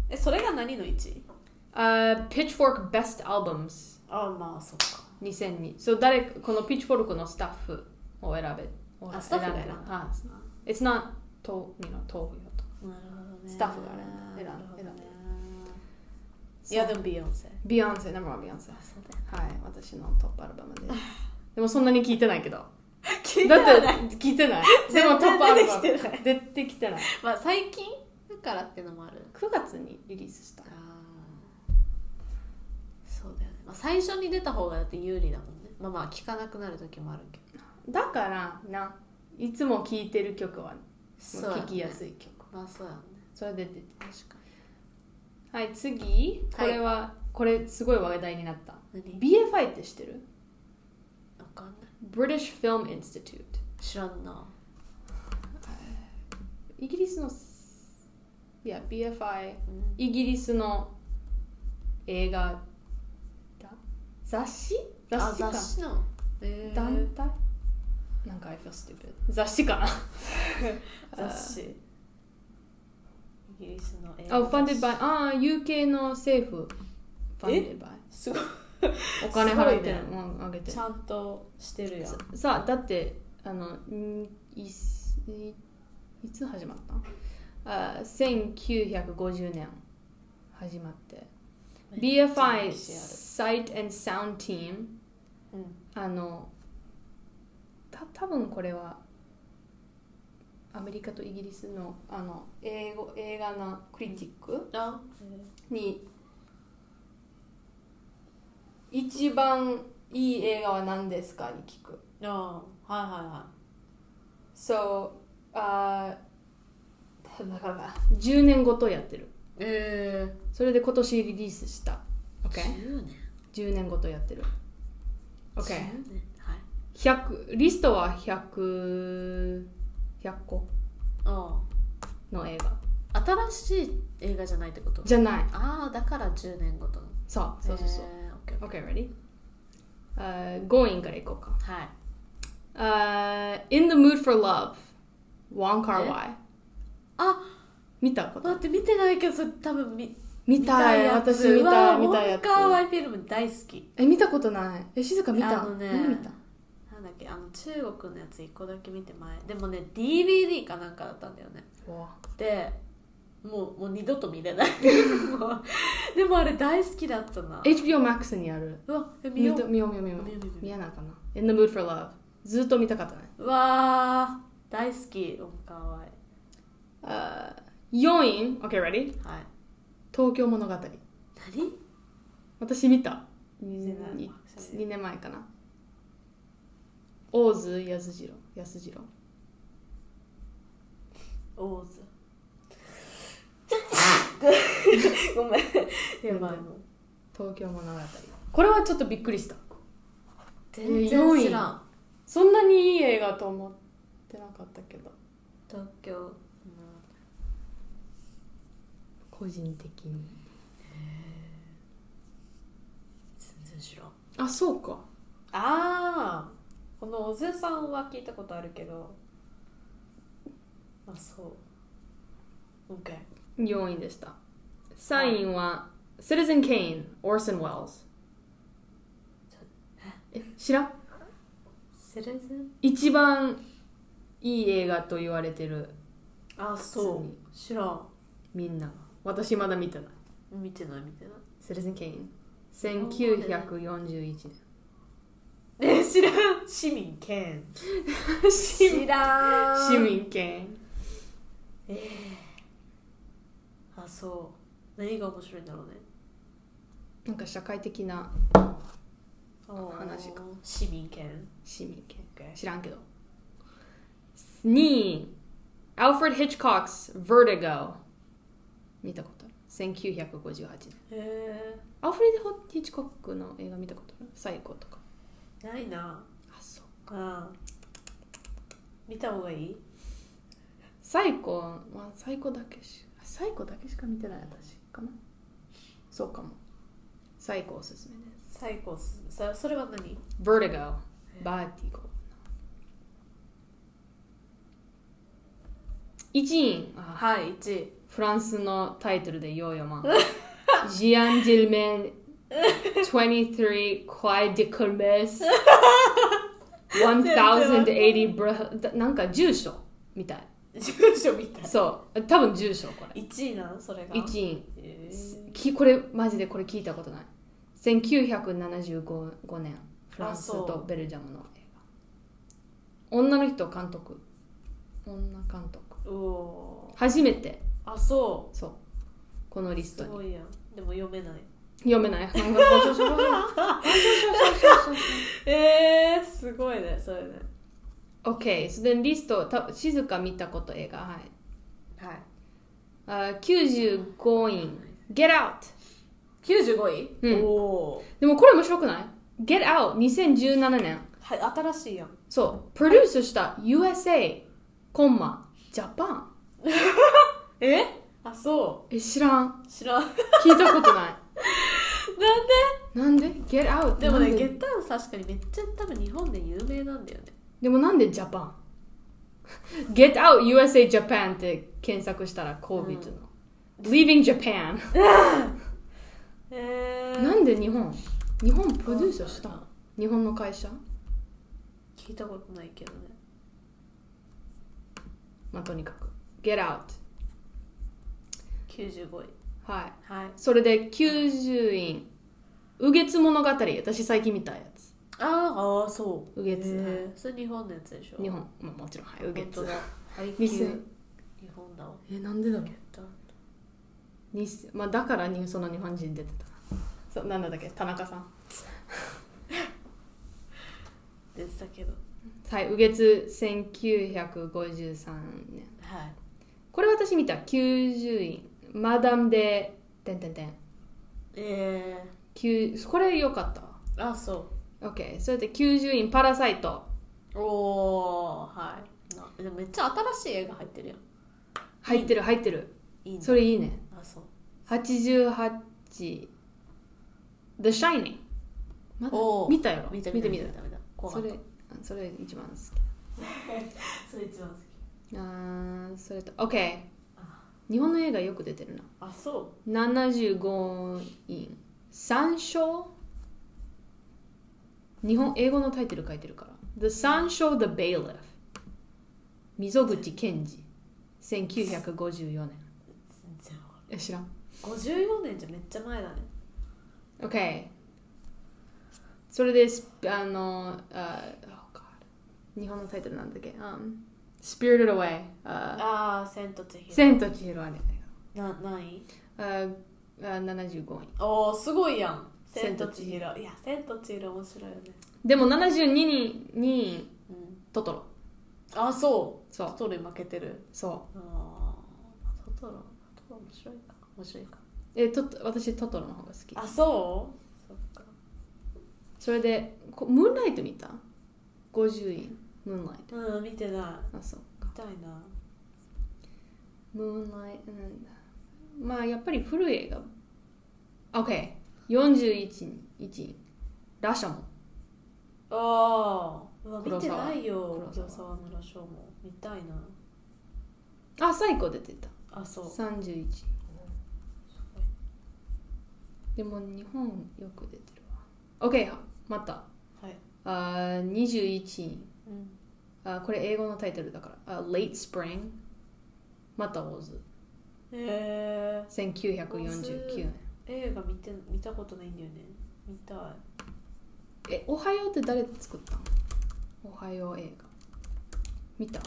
えそれが何の位置
あ Pitchfork Best Albums
あまあそっか
2002そう誰かこのピッチフォルクのスタッフを選べ
あスタッフが選んだ
あ It's not とにのとよと
なるほどね
スタッフが選んだ選んだ選んだ
いやでもビヨンセ
ビヨンセナンバーワンビヨンセ
そう
はい私のトップアルバム
<laughs>
ですでもそんなに聞いてないけどだ
聞いてはない
って聞いてないで
全
も
然
トップアルバム
出てきてない
出てきてない
まあ最近だからってのもある
9月にリリースした
あそうだよね、まあ、最初に出た方がだって有利だもんねまあまあ聞かなくなる時もあるけど
だからないつも聴いてる曲はもう
だね
聴きやすい曲
まあそうやね
それで出て
確か
はい次これは、これすごい話題になった
に何
BFI って知ってる
わかんない
British Film Institute
知らんな
イギリスのいや BFI
うん
イギリスの映画だ雑誌
あ
雑誌か
雑誌なのえー
団体なんか I feel stupid 雑誌かな
<laughs> 雑誌イギリスの映
あ、funded
雑
by ああ UK の政府 funded by
誌すごい
お金払って
す
るうんあげてる
<laughs> ちゃんとしてるやん
ささあだってあのんいすいいつ始まったあ1950年始まって
めっちゃ
BFI
歴史
Sight and Sound Team
あるうん
あのた多分これはアメリカとイギリスのあの英語映画のクリティック
あ
に一番いい映画は何ですかに聞く
あはいはいは
So, あーだから10年ごとやってる
いえ
それで今年リリースした
え10年
OK10 年ごとやってる
10年はい
OK100 リストは100100個
あ
の映画
あ新しい映画じゃないってこと
じゃない
ああだから10年ごとの
そうそうそうそう、
えーオッケー
OK ready? あー Going からいこうか
はい
あー In the mood for love Wong Kar Wai
あ
見たこと
待って見てないけどそれ多分見
見たい
やつ
私見たい見
うわ
たいやつ
ウォンカーワイフィルム大好き
え見たことないえ静香見た
あのね
何見た
なんだっけあの中国のやつ1個だけ見て前でもね DVD かなんかだったんだよねでもうもう二度と見
<laughs>
れないもうでもあれ大好きだったな
HBO Max にある
うわえ見
見
よ
よ
う
う見よう見よう見よ
見よう見よ
う
う
見えないかな In the mood for love ずっと見たかったね
うわあ大好きおかわい
あー4位 OK ready
はい
東京物語
何
私見た
見てない
2年前かな大津安次郎安次郎
オーズごめんやばいもう
東京物語これはちょっとびっくりした
全然知らん
そんなにいい映画と思ってなかったけど
東京の
個人的に
全然知らん
あそうか
ああこの小津さんは聞いたことあるけどまあそう OK
4位でした3位は Citizen Kane Orson Welles え知らん
セレズン
一番いい映画と言われてる
あそう知らん
みんなが私まだ見てない
見てない見てない
Citizen Kane 1941
え知らん市民権
年市民
知らん
市民権
ええあそう何が面白いんだろうね
なんか社会的な
あ
話が
市民権
市民権
Okay.
知らんけど2 Alfred Hitchcock's Vertigo 見たことある1958年
へえ
アルフレッド・ヒッチコックの映画見たことあるサイコとか
ないな
あそう
ああ見た方がいい
サイコはサイコだけしサイコだけしか見てない私かなそうかもサイコおすすめです
最高っすそそれは何
Vertigo バーティゴ一員あ
はい1位
フランスのタイトルでヨーヨーマン。 <laughs> ジアン・ジルメン23クワイディクルメ <laughs> ス1080ブラだなんか住所みたい。
住所みたい
そう、多分住所これ。
1位なのそれが
一員。
へ
きこれマジでこれ聞いたことない。1975年、フランス
あそう
とベルジャムの映画。女の人監督。女監督。
えおー
初めて、
あそ
そう、このリ
う
ス
す
トに。
ごいやんでも読
<laughs>
めない
読めない。
えー、すごいねそれね
OK、それでリスト、た静か見たこと映画。はい。
はい
あ95位、Get Out。
95位、
うん
おお
でもこれ面白くない ?Get Out、2017年。
はい新しいやん
そう、プロデュースした USA、コンマ、ジャパン。
えあそ
え、知らん。
う知
<laughs>
らんなんで
聞いたことない。 <laughs> なんで ?Get Out。
でもね
なん
ゲ
で
ッタウン確かにめっちゃ多分日本で有名なんだよね
でもなんでジャパン <laughs> ?Get Out USA Japan って検索したら COVID の。Leaving Japan。
えー、
なんで日本日本プロデュースしたの日本の会社
聞いたことないけどね
まあとにかく Get Out
95位
はい
はい
それで90位右月物語私最近見たやつ
あーあーそう
右月
えー、それ日本のやつでしょ
日本、まあ、もちろんはい右
本当
月
だ配給
二
日
千
本だわ
えなんでだろう
ゲッタウン
にまあだからにその日本人出てたそうなんだっけ田中さん
出てたけど
はい右月1953年
はい
これ私見た90位マダムでてんてんてん
え
9これよかったわ
ー、あそ
OK それで90位パラサイト
うおおはいなでもめっちゃ新しい映画入ってるやん
入ってる入ってる
いいね
それいいね
あそう
88 The Shining まだ
おー
見たやろ
見た
見
見
て
た
見
見
て
た見た見た怖か
そ
った
れあそれ一番好き
それ一番好き
あーそれと OK 日本の映画よく出てる
あそ
な75位山椒日本英語のタイトル書いてるから The 山椒 The Bailiff 溝口健二1954年
う全然わか
え知らん
んない54年じゃめっちゃ前だね
OK それでスあのあ、oh God 日本のタイトルなんだっけ、um, Spirited Away、あ
ああ千と千尋
千と千尋はね
な何位
ああ75位
おおすごいやん
千
千
と
と
千
千
尋
尋いや千と千尋面白いよね
でも72位に
うん
トトロ
あそう
そう
トトロに負けてる
そ
ああトトロトトロ面白いか面白いか
うえと私トトロの方が好き
あそうそっか
それでこムーンライト見た50位ムーンライ
うん見てない
トあそう
見たいな
ムーンライトなんだまあやっぱり古い映画 OK41 位ラシャモン
ああうわ
黒
見て
沢
ないよ
黒
黒
沢
沢村翔も見たいな
あサイコ出てた
あそう
31でも日本よく出てるわ OK また
はい、
あー21位
うん、
あーこれ英語のタイトルだからあ Late Spring またオズ
え
1949年
ー、映画見て見たことないんだよね見たい
えおはようって誰作ったのおはよう映画見た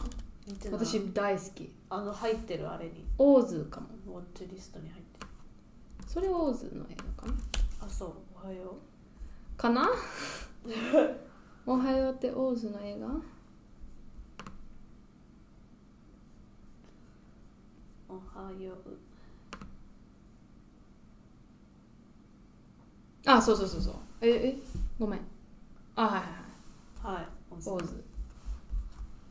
見てない
私大好き
あの入ってるあれに
オーズかも
ウォッチリストに入ってる
それオーズの映画かな
<laughs> あそうおはよ
かなおはようってオーズの映画
おはよう
あそうそうそうそうええごめんあはいはいはい
はい
オーズ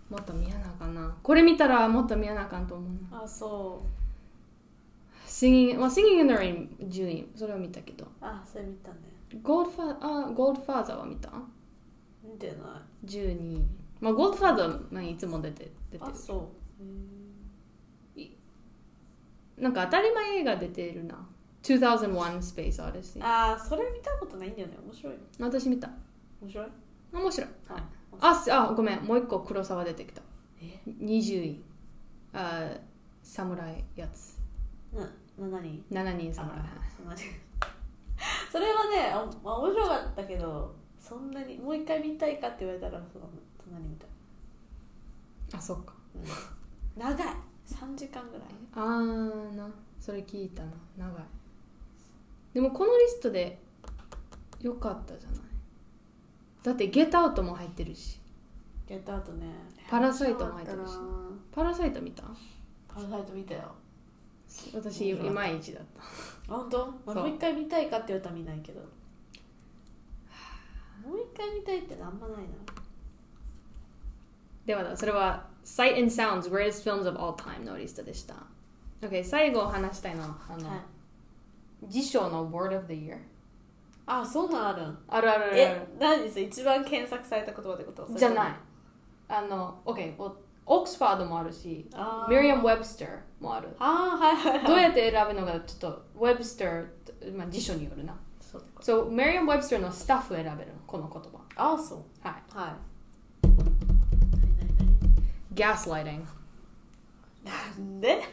もっと見やなあかんなこれ見たらもっと見やなあかんと思うな
あそう
Singing, まあ、Singing in the Rain 順位それを見たけど
あそれ見たね
Goldfather あ Goldfather は見た
見てない
12位まあ Goldfather まあいつも出て出て
あ
る
そうへー
なんか当たり前映画出てるな2001 Space Odyssey
あーそれ見たことないんだよね面白い
私見た
面白い
面白い
はい
あすあごめんもう一個黒沢出てきた
え
20位あ侍やつ
なな何
7人
あ
侍
そんなに <laughs> それはねあ、まあ、面白かったけどそんなにもう一回見たいかって言われたらそそんなに見たい
あそっか
長い3時間ぐらい
あーなそれ聞いたな長いでもこのリストでよかったじゃないだって「ゲットアウト」も入ってるし
やった後ね
パラサイトも入ってるし
面白かっ
パラサイト見た
たなパラサイト見たよ
私い
面白かった
まいちだった
あ本当、まあ
そう
もう一回見たいかって言われたら見ないけどもう一回見たいってあんまないな
ではそれは「Sight and Sounds Greatest Films of All Time」のリストでした OK 最後話したいのはあの、
はい
辞書の Word of the Year
あそんなんあるん
あるあるあるあ
え何です一番検索された言葉ってこと
るじゃない
い
あの OK おオックスファードもあるし
あー
ミリアム・ウェブスターもある
あーはいはいはい
どうやって選ぶのかちょっと Webster、まあ、辞書によるな。
そうってこと
So、Merriam-Webster のスタッフを選べるの、この言葉。
ああそう
は
はい何何何
い。Gaslighting。
なんで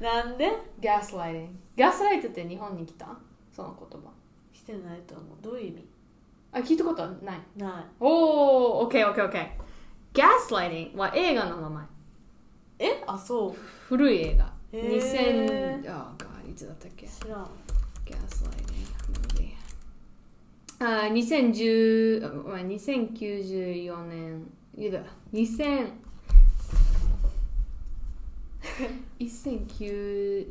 なんで
Gaslighting。Gaslight って日本に来たその言葉。
来てないと思うどういう意味
あ、聞いたことはない。
ない
おー、OK、OK、OK。Gaslighting は映画の名前。
えあそう
古い映画。
へー
2000、あ、God、いつだったっけ
知らん
Gaslighting movie. あー2010あごめん2094年いや2000 <laughs> 1009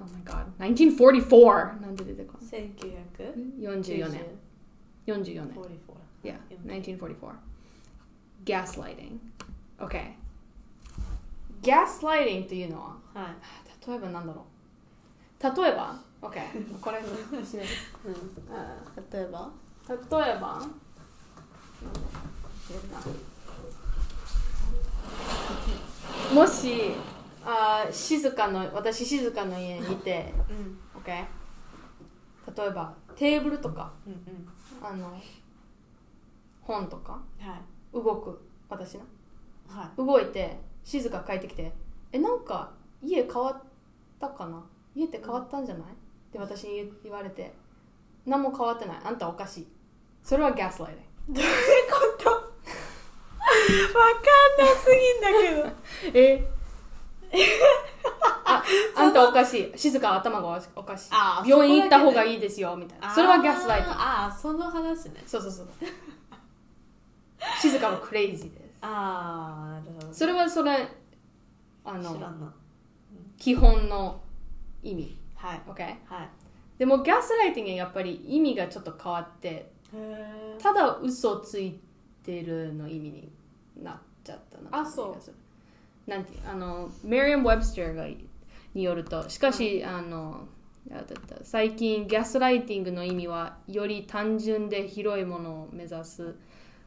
Oh my god 1944なんて出てこない
1944
44年44年
44
Yeah 1944 Gaslighting OK Gaslighting っていうのは
はい、
例えばなんだろう例えば
<laughs>
OK これ締める
うん、例えば
例えばもしあー静かの私静かの家にいて
うん、
OK 例えばテーブルとか
うんうん
あの本とか
はい
動く私な
はい
動いて静か帰ってきて「えなんか家変わったかな家って変わったんじゃない?」って私に言言われて「何も変わってないあんたおかしい」それはガスライ
どういうことわかんなすぎんだけど
ディングえああんたおかしい静かは頭がおかしい
あー
病院行った
そこ
方
だ
が
け
いいですよみたい <laughs> なそれはガスライティング
あーあーその話ね
そうそうそう静かはクレイジーです
ああなるほど
それはそれあ
知ら
の
んな
基本の意味
はい
OK?
はい
でもガスライティングはやっぱり意味がちょっと変わって
へえ
ただ嘘をついてるの意味になっちゃったな
あそう
うなんてあのメリアム・ウェブスターがによるとしかし、あのあだった最近ガスライティングの意味はより単純で広いものを目指す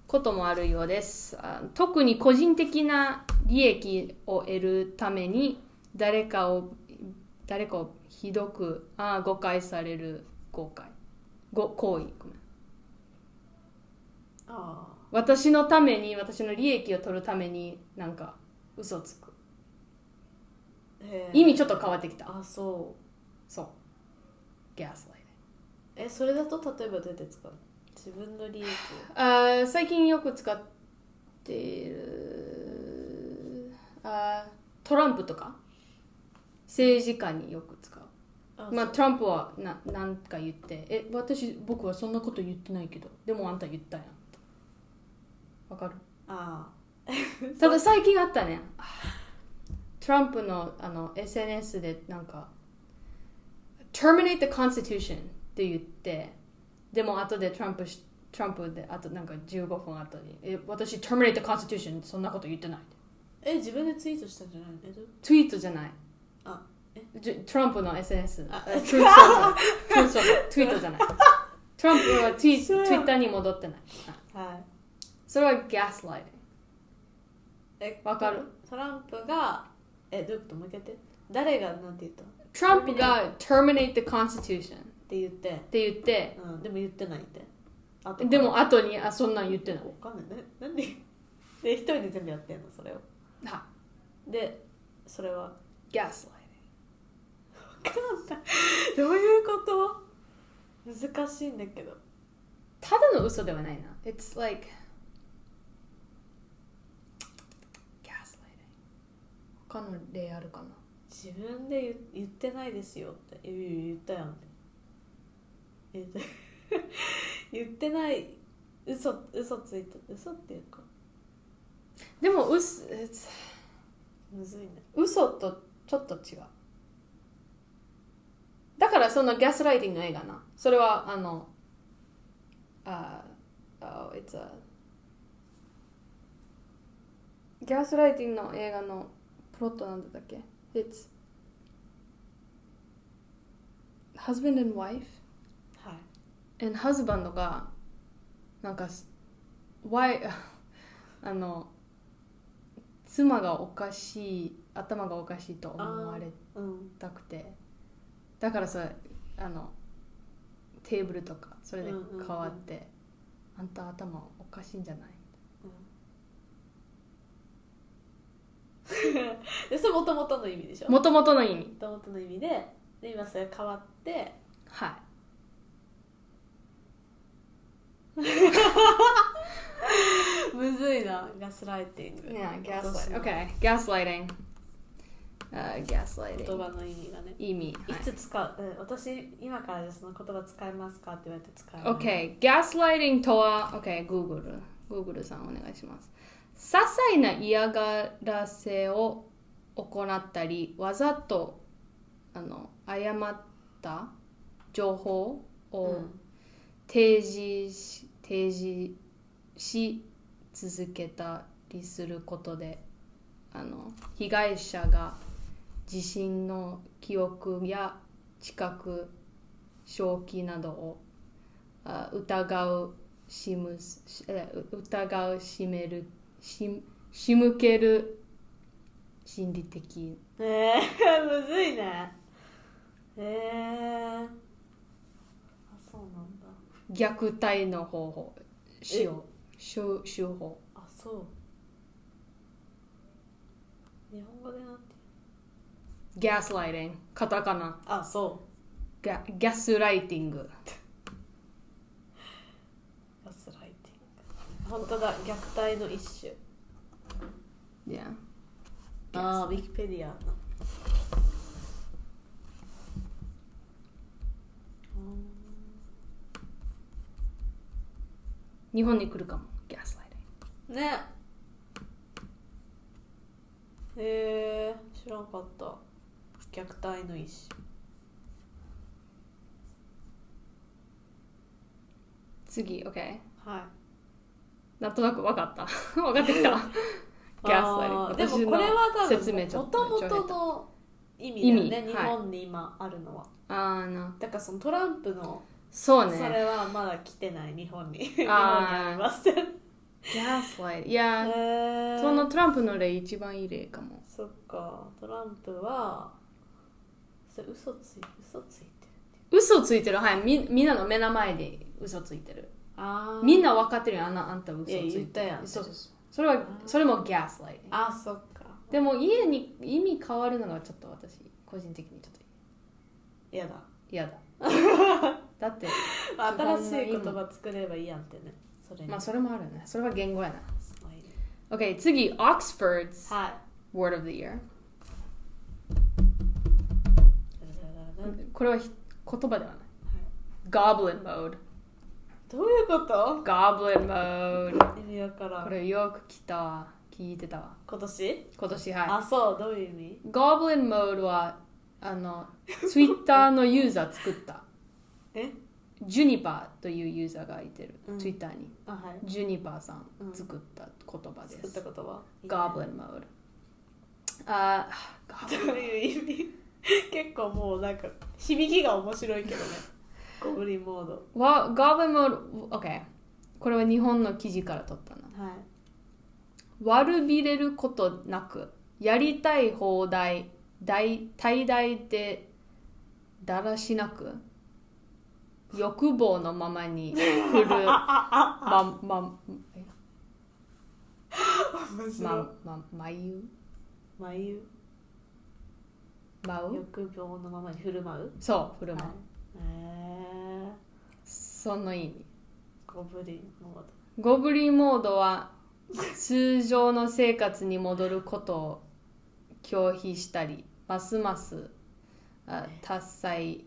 こともあるようですあ特に個人的な利益を得るために誰かを誰かをひどくあ誤解される誤解ご行為ごめん
あ
私のために私の利益を取るためになんか嘘をつく
あへえ
意味ちょっと変わってきた
あそう
そうギャスライ
えそれだと例えばどうやって使うの自分の利益を
あー最近よく使っているあートランプとか政治家によく使う
あ
まあ、トランプはななんか言ってえ私僕はそんなこと言ってないけどでもあんた言ったやんわかる
あ
ただ最近あったねトランプのあの SNS でなんか「Terminate the Constitution」って言ってでも後でトランプしトランプであとなんか15分後に「え私 Terminate the Constitution そんなこと言ってない」
え自分でツイートしたんじゃないのえどう
ツイートじゃない
あ
じゅトランプの SNS
あ
えツイートじゃないツイートじゃないトランプはツイツイ
そうや
ッターに戻ってない
はい
それはギャスライティング
え
わかる
トランプがえどういうこともう一回言って誰がなんて言ったのっ
トランプが Terminate the Constitution って
言って、
て言って
うん、でも言ってないってあ
でも後にあそんなん言ってない
わかんないねなんで <laughs> で一人で全部やってんのそれを
は
でそれは
ギャスライ
<laughs> どういうこと難しいんだけ
ティン
ど
グただの嘘ではないな It's like ギャスライティング他の例あるかな
自分で言言ってないですよって言う言ったやんえっと <laughs> 言ってない嘘嘘ついた嘘っていうか
でも嘘
むずいね
嘘とちょっと違うだからそのギャスライティングの映画なそれはあのああ、it's a ギャスライティングの映画のプロットなんだったっけ It's husband and wife
はい
and husband がなんかす why <laughs> あの妻がおかしい頭がおかしいと思われ
うん
たくてだからさあのテーブルとかそれで変わって、あんた頭おかしいんじゃない
<laughs> でそれもともとの意味でしょも
もともとの意味
ともとの意味でで今それ変わって
はい
<laughs> むずいなガスライティング
Yeah,
今
gaslighting.
年
Okay, gaslighting. Uh,
の言
gaslighting.
葉の意味がね
意味。
い
はい
つ使う、うん、私今からその言葉使いますかって言われて使う
OK、gaslighting とは、OK、Google。Google さんお願いします。些細な嫌がらせを行ったり、わざとあの誤った情報
う
を
ん
提示し,、提示し続けたりすることであの被害者が自身の記憶や知覚正気などをあ疑うしむすしえ疑うしめるししむける心理的
えー、む <laughs> ずいねえー、あそうなんだ
虐待の方法使用手手法
あそう日本語でなんて言う
gaslighting カタカナ
あそ
ガギャスライティング
うガスライティング本当だ虐待の一種
Yeah
ああウィキペディアの
日本に来るかも gaslighting
ねへえー、知らんかった虐待の一種
次 OK
はい
なんとなく分かった <laughs> 分かってきた gaslighting
あーで
私
も
の
これは多
説明
分
ちょっ
も
と
とも
めっちゃ下
と
手
の意味だよ
意
ね
味
日
はい
本に今あるのは、
あーな
だからそのトランプの
そう
そ
ね
れはまだ来てない日本に <laughs> 日本に
あー
ありませんへ
gaslighting いやー
え
そのトランプの例一番いい例かも
そっかトランプはそれ嘘つい嘘ついてる
嘘ついてるはいみみんなの目の前で嘘ついてる
あ
みんな分かってるよあんなあんた嘘つ
いや
い
言ってた
る
やん
そうそうそうそれはそれも gaslighting
あそっか
でも家に意味変わるのがちょっと私個人的にちょっと
やだ
嫌 <laughs> だだって
まあ
基本の
新しい言葉作ればいいやんってねそれに
まあそれもあるねそれは言語やな
すごいね
OK 次 Oxford's
はい
Word of the Year
ダラダラダラうん
これはひ言葉ではない。Goblin mode。
どういうこと
Goblin mode。
意味わから
こ
ん
れよく聞いたわ。聞いてたわ。
今年
今年はい。
あそうどういう意味
ゴブリンモードはあのツイッターのユーザー作った
え
ジュニパーというユーザーがいてる、
うん
ツイッターに
あはい
ジュニパーさん
うん
作った言葉で
作っ
す
た、ことは
ゴブリンモードあーゴブ
どういう意味結構もうなんか響きが面白いけどねゴブリンモード
リンわゴブリンモード OK これは日本の記事から取ったな
はい
悪びれることなくやりたい放題大大々でだらしなく欲望のままに振るままえ
面白い、
まま眉
眉
舞う
欲望のままに振る舞う
そう振る舞う、
はいえ
その意味
ー、ゴブリンモード
ゴブリンモードは通常の生活に戻ることを拒否したりますますあ達成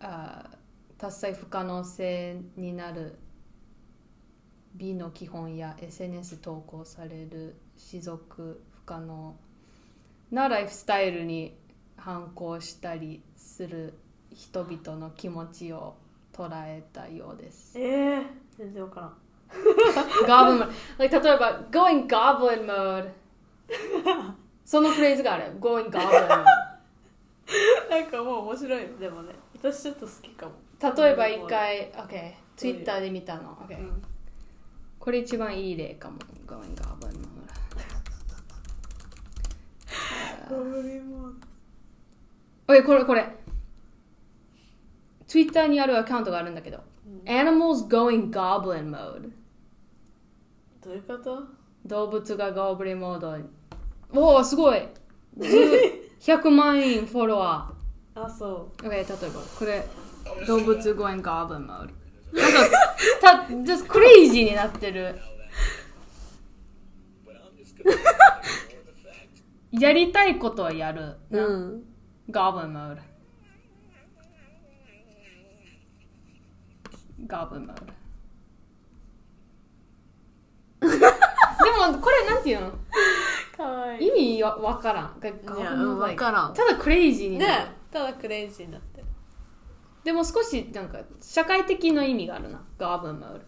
あ達成不可能性になる美の基本や SNS 投稿される持続不可能なライフスタイルに反抗したりする人々の気持ちを捉えたようです。
えー、全然わからん
goblin mode. Like 例えば going goblin mode. そのフレーズがある。going goblin
なんかもう面白いねでもね私ちょっと好きかも
mode. 例えば一回、OK、Twitter で見たの。
う
OK、
ん
これ一番いい例かも。going goblin mode.
ゴブリンモード
OK、これこれ。Twitter にあるアカウントがあるんだけど。Animals going goblin mode.
どういうこと
動物がゴブリンモードに。おお、すごい !10 100万人フォロワー。
あそう
OK、例えばこれ動物 going goblin mode なんかた just クレイジーになってるやりたいことはやる、
うん
ガーブンモード。ガーブンモード。でも、これなんていうの
かわいい
意味わわからん。ガガーブンモード
いやわからん
ただクレイジーに
ね
なる。
ただクレイジーになってる
でも少しなんか社会的な意味があるなガーブンマウル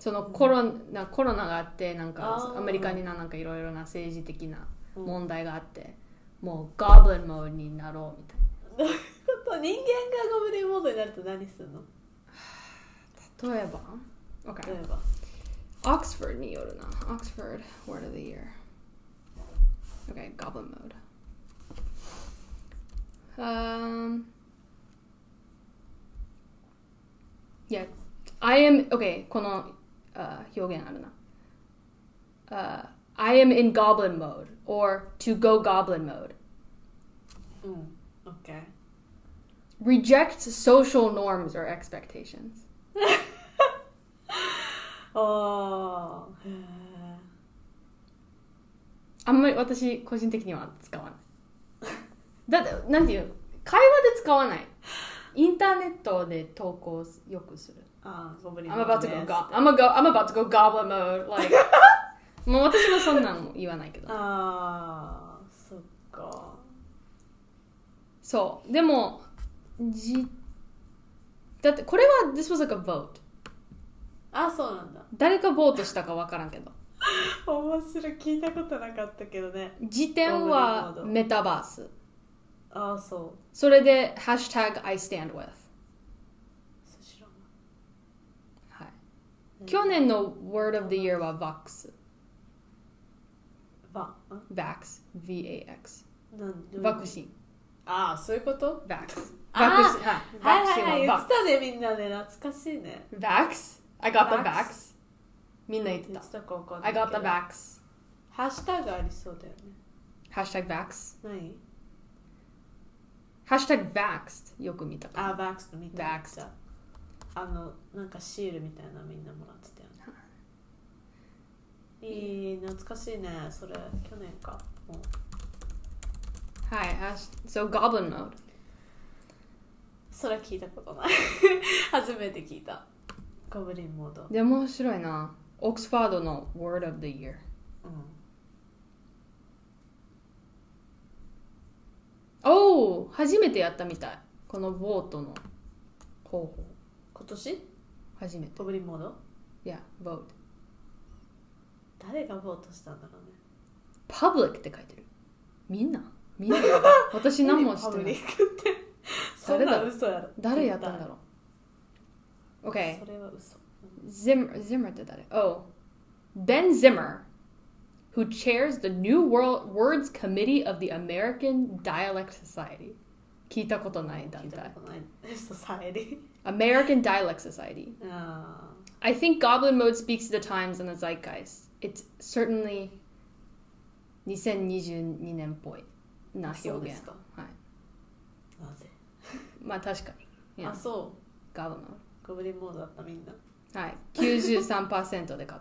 そのコロナコロナがあってなん
あ
か
ー
アメリカにななんかいろいろな政治的な
うん
問題があって、もうガーブンマウルになろうみたい
どういうこと人間がゴブリンモードになると何するの
な例えば
例
OK
えば
Oxford によるな Oxford Word of the Year OK ガーブンマウルうんいや I am uh, OK このあ表現あるな、あ Uh, I am in goblin mode or to go goblin mode
うん OK
reject social norms or expectations
<laughs> あーへ
あんまり私個人的には使わないだってなんていうの会話で使わないインターネットで投稿よくする
あーゴブリン
I'm about to go
です
go I'm, a go I'm about to go goblin mode like <laughs> もう私もそんなんも言わないけど
あーそっか
そうでもじだってこれは this was like a vote
あそうなんだ
誰がボートしたか分からんけど
面白い聞いたことなかったけどね
時点はメタバース
ああそう
それで「ハッシュタグ #I stand with
そう知らんわ」
はい、
うん
去年の Word of the Year は VAX
ばん
VAX VAX
なんどういう
ワクチン
ああそういうこと
VAX
あー
ワクチンはいワ
はい
クチン
はいはい言
は
ってたねみんなね懐かしいね
VAX VAX I got the
Vax
VAX みんな言って
言
た
ってたかわかんない
I
けど
got the VAX
ハッシュタグありそうだよね
ハッシュタグ VAX
何
ハッシュタグ VAX よく見た
あ
か
ーバックスのみたいな
Vaxxed
さあのなんかシールみたいなのみんなもらってたよねいい懐かしいねそれ去年かもう
らはいハッシュ So Goblin Mode
それは聞いたことない <laughs> 初めて聞いたゴブリンモード、うん、
で面白いなオックスファードの Word of the Year おお初めてやったみたいこのボートの方法
今年
初めて
ゴブリンモード
いやボート
誰がボートしたんだろうね
パブリックって書いてるみんなみんな
<laughs>
私何もしてない
パブリックってそ
<laughs>
ん
誰だ
な嘘やろ
誰やったんだろう OK
それは嘘
Zimmer, Zimmer did that. Oh, Ben Zimmer, who chairs the New World Words Committee of the American Dialect Society.
聞いた
聞いたことない団体。
ことないソサエ
<laughs>
リ
American Dialect Society.
あ
I think Goblin Mode speaks to the times and the zeitgeist. It's certainly
あそうです
2022年っぽいな表現。
かなぜ
まあ確かに。
あそう
Goblin
ゴブリンモードだったみんな <laughs>
Mode。はい。93%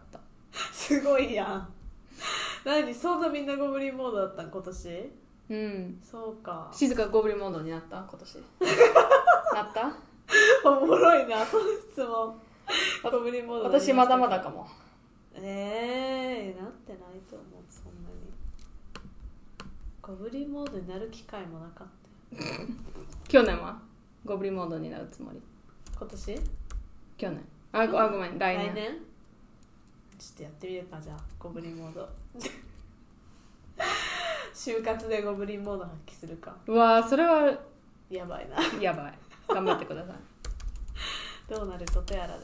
すごいやん何そんなみんなゴブリンモードだったん今年
で買った。うん。静かゴブリンモードになった今年。
そうか
<laughs> なった
おもろいなその質問ゴブリンモードになり
私
した
まだまだかも
ええー、なってないと思うそんなにゴブリンモードになる機会もなかったよ
去年はゴブリンモードになるつもり
今年
去年あごあごめん来年
ちょっとやってみるかじゃあゴブリンモード <laughs> 就活でゴブリンモード発揮するか
うわーそれは
やばいな
やばい頑張ってください
どうなることやらです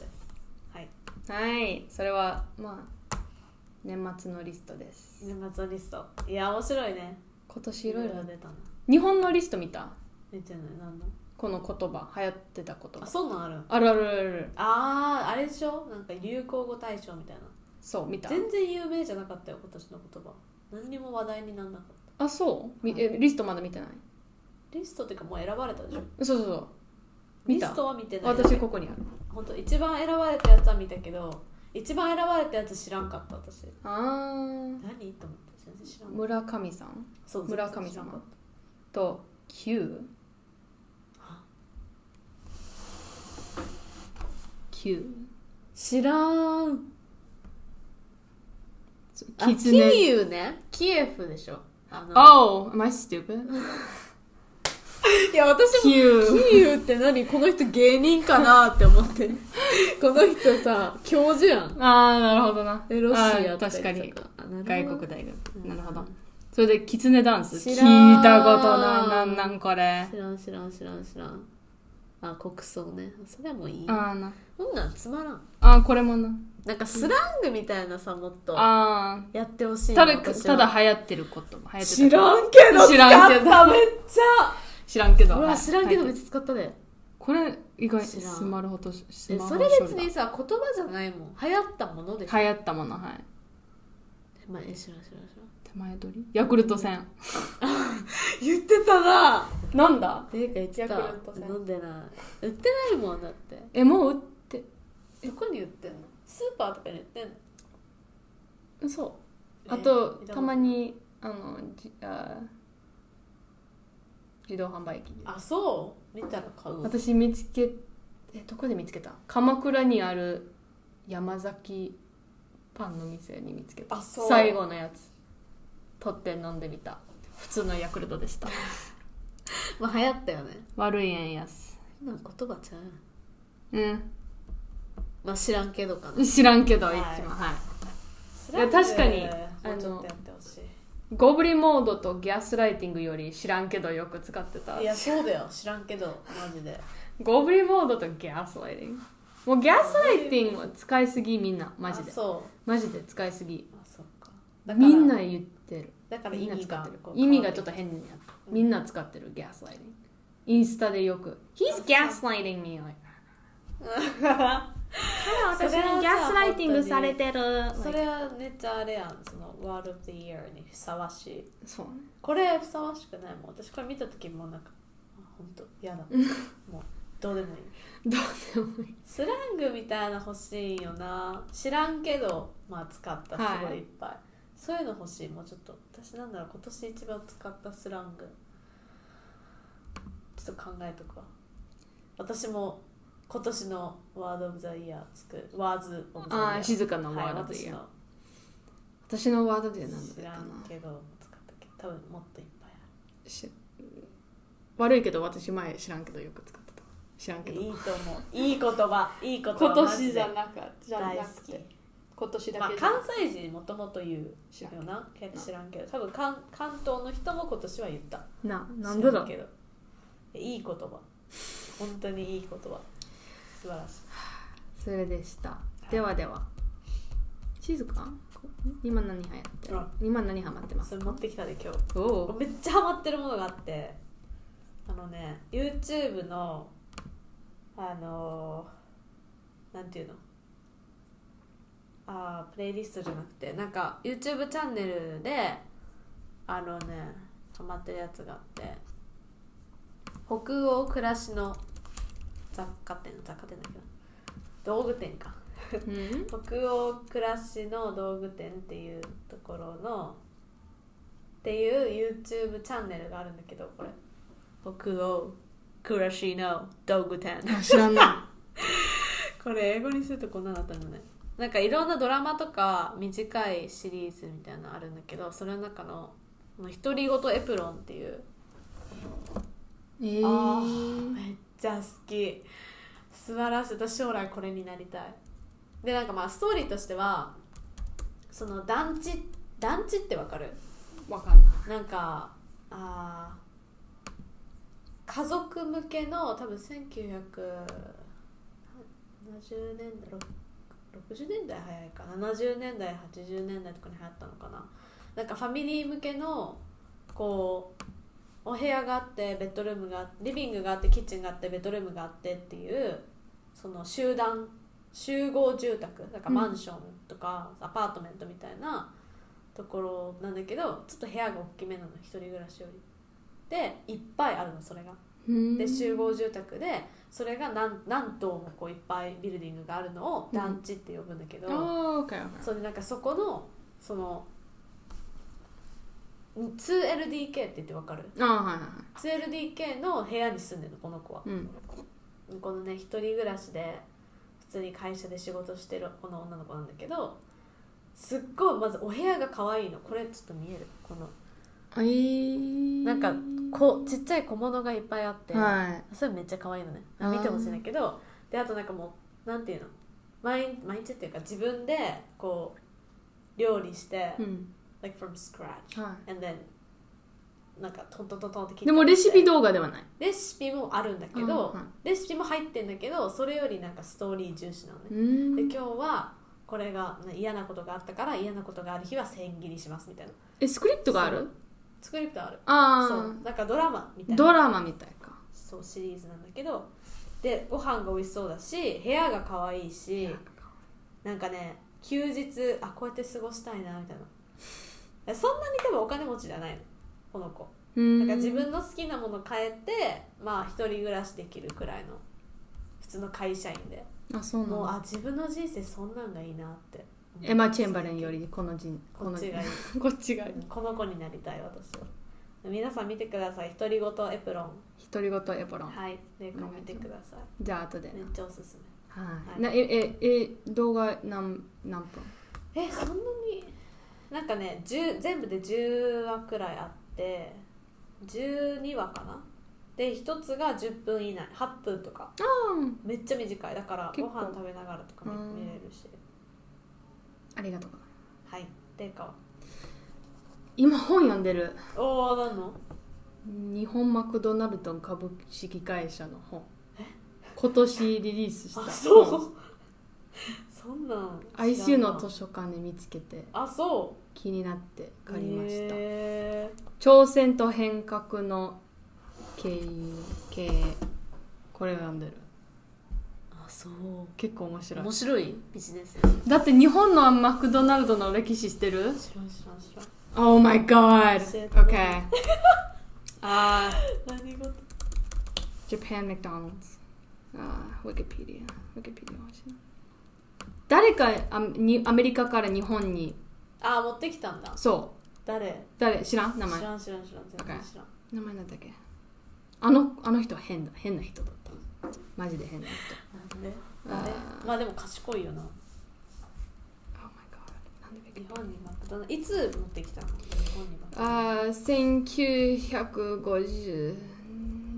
はい
<laughs> はいそれはまあ年末のリストです
年末のリストいや面白いね
今年いろいろ
出たな
日本のリスト見た
出てない何の
この言葉流行ってた言
あ
葉
そんなんある
あるあるあるある
あーあれでしょなんか流行語大賞みたいな
そう見た
全然有名じゃなかったよ今年の言葉何にも話題にならなかっ
あそうみ
はい
えリストまだ見てない
たリストっていうかもう選ばれたでしょ
そうそうそう見
リ
た
ストは見てない
私ここにある
本当一番選ばれたやつは見たけど一番選ばれたやつ知らんかった私
あ
何と思って全然知ら
ー
ん
村上さん
そう
村上様
全然知らんかっ
と Q
あ
Q 知らん
たあ
キツネ
ユねキエフでしょあの
Oh, am I stupid?
いや私も
Q
キユって何この人芸人かなって思ってこの人さ教授やん
ああなるほどな
えロシア
あー
とか
確かに外国大
う
学
ん
なるほどそれでキツネダンス聞
知
い
らん
たことないなんなんこれ
知らん知らん知らん知らんあ国葬ねそれはもういい
あーな
こんなんつまらん
あーこれもな
なんかスラングみたいなさもっと
あ
やってほしい
ー
な
ただ
私
た
は
だ流行ってること流行って
知
た
らんけど
知らんけど
使っためっち
知らんけ
ゃ
ど
うわ知らんけど
はい
めっちゃ使ったで、
これ意外
知らん
スマホとしス
え
マホ
そ
処
れ
理だ
別にさ言葉じゃないもん流行ったものでしょ、
流行ったものはい
まあえ知らん知らん知らん
手前取りヤクルト戦
言ってたな
なんだ
ていうか言って
ヤクルト
た
戦
飲んでない売ってないもんだって
えもう打って
どこに売ってんのスーパーとかに売ってんの
嘘あと
えー
たまにあのじあー自動販売機で
あそう見たら買う
私見つけえどこで見つけた鎌倉にある山崎パンの店に見つけた
あそう
最後のやつ取って飲んでみた普通のヤクルトでした
まあ流行ったよね
悪い円安
なんか言葉ちゃうやん
うん
まあ知らんけどかな
知らんけど、
はい
一番はい
ス
いや確かに
もうちょっとやってほし
ゴブリンモードとギャスライティングより知らんけどよく使ってた
いいやそうだよ知らんけどマジで
ゴブリンモードとギャスライティングもうギャスライティングは使いすぎみんなマジで
あそう
マジで使いすぎ
あそっかだから
みんな言ってる
だから
み
意
んな
味
使っ
が
てる
こう
意味がちょっと
変わ
変になったみんな使ってるギャスライティングインスタでよく「He's gaslighting me」like
ってる
私にギャスライティングされてる
<laughs> それはめっちゃあれやんそのワールド・イヤーにふさわしい
そうね
これふさわしくないもん私これ見た時もうなんか本当嫌だもうどうでもいい
どうでもいい
スラングみたいな欲しいよな知らんけどまあ使ったすごいいっぱい、そういうの欲しいもうちょっと私なんだろう今年一番使ったスラングちょっと考えとくわ私も今年のワード・オブ・ザ・イヤー作るワーズ・オブ・ザ・イ
あ
ヤ
あ
ー
静かなワードで、
はい、
私のワードで
私
何
の
だっ
知
た
ら
かなん
けど使ったけど多分もっといっぱい
し悪いけど私前知らんけどよく使ってた知らん
あ
け
る
ど
いいと思ういい言葉いい言葉
今
マジ
年
で
じゃなかじゃ
大
な
好
く
き
て今年だ
まあ
け、じゃ
関西人もともと言う
知らん
よなけど知らんけど多分関関東の人も今年は言った
ななんでだろう
知らんけどいい言葉本当にいい言葉素晴らしい
それでしたではでは静か今何流行ってる
あ
今何ハマってます
それ持ってきたで今日
おお
めっちゃハマってるものがあってあのね YouTube のあのーなんていうのあープレイリストじゃなくてなんか YouTube チャンネルであのねハマってるやつがあって北欧暮らしの雑貨店雑貨店だけど道具店か
うん
北欧暮らしの道具店っていうところのっていう YouTube チャンネルがあるんだけどこれ北欧暮らしの道具店 <laughs>
あ知らんな
これ英語にするとこんなのあったのねなんかいろんなドラマとか短いシリーズみたいなのあるんだけどそれの中の「この独り言エプロン」っていう
えー、
あーめっちゃ好き素晴らしい私将来これになりたいでなんかまあストーリーとしてはその団地団地ってわかる
わかんない
なんかあー家族向けの多分1970年代ろ60年代早いか70年代80年代とかに流行ったのかななんかファミリー向けのこうお部屋があってベッドルームがあリビングがあってキッチンがあってベッドルームがあってっていうその集団集合住宅なんかマンションとかアパートメントみたいな、ところなんだけどちょっと部屋が大きめなの一人暮らしよりでいっぱいあるのそれが
うん
で集合住宅でそれが何何棟もこういっぱいビルディングがあるのを団地って呼ぶんだけど、
あー OK
それなんかそこのその 2LDK って言ってわかる
OK あーはいはいは
2LDK の部屋に住んでるのこの子はい
うん
このね一人暮らしで普通に会社で仕事してるこの女の子なんだけどすっごいまずお部屋が可愛いのこれちょっと見えるこの
えー、
なんかこちっちゃい小物がいっぱいあって、
はい
それめっちゃ可愛いのね
あー
見てほしいんだけどであとなんかもうなんていうの毎毎日っていうか自分でこう料理して、
うん、
like from scratch
は
and then なんかトントントントンって切
い、
って
でもレシピ
ど
動画ではない
レシピもあるんだけど、
うんはい
レシピも入ってんだけどそれよりなんかストーリー重視なのね、
うん
で今日はこれがね嫌なことがあったから嫌なことがある日は千切りしますみたいな
えスクリプトがある
スクリプトあるそ
あ
うなんかドラマみた
あ
いな
ドラマみたいか
そうシリーズなんだけどでご飯が美味しそうだし部屋が可愛いしなんかね休日あこうやって過ごしたいなみたいなそんなに多分お金持ちじゃないのこの子
な
なんか自分の好きなもの変えてまあ一人暮らしできるくらいの普通の会社員で
あそうな
もう
の
あ自分の人生そんなんがいいなって
エマ・チェンバレンよりこの人
こっちがいい
この
<laughs>
こっちがいい
この子になりたい私は皆さん見てください独り言エプロン
独り言エプロン
はいレイ君見てください
じゃあ後で
めっちゃおすすめ
は
はいい
なえええ動画何何分
えそんなになんかね10全部で10話くらいあって12話かなで1つが10分以内8分とか
うん
めっちゃ短いだからご
結構
飯食べながらとかも
うん
見れるし
ありがとう
はいていうか
今本読んでる
おおなんの
日本マクドナルド株式会社の本今年リリースした
あそう <laughs>
本
そんなん
ICU の図
年
書館で見つけて
あそ
気になって
う
借りました、
へー
挑戦と変革の経由経営これを読んでる
あそう
結構面白い
面白いビジネス
だって日本のマクドナルドの歴史知ってる
知らん知らん知らん
Oh my god
教えて
Okay uh,
<laughs> 何事
Japan McDonald's uh, Wikipedia Wikipedia 欲しいな誰かあにアメリカから日本に
あ持ってきたんだ
そう
誰
誰知らん名前
知らん知らん知らん全然知らん
名前なんだっけあのあの人変だ変な人だったマジで変なこ
なんで
と
あれまあでも賢いよな
Oh my god なんで
日本にマクドナいつ持ってきたの日本にマクドナ
あー1950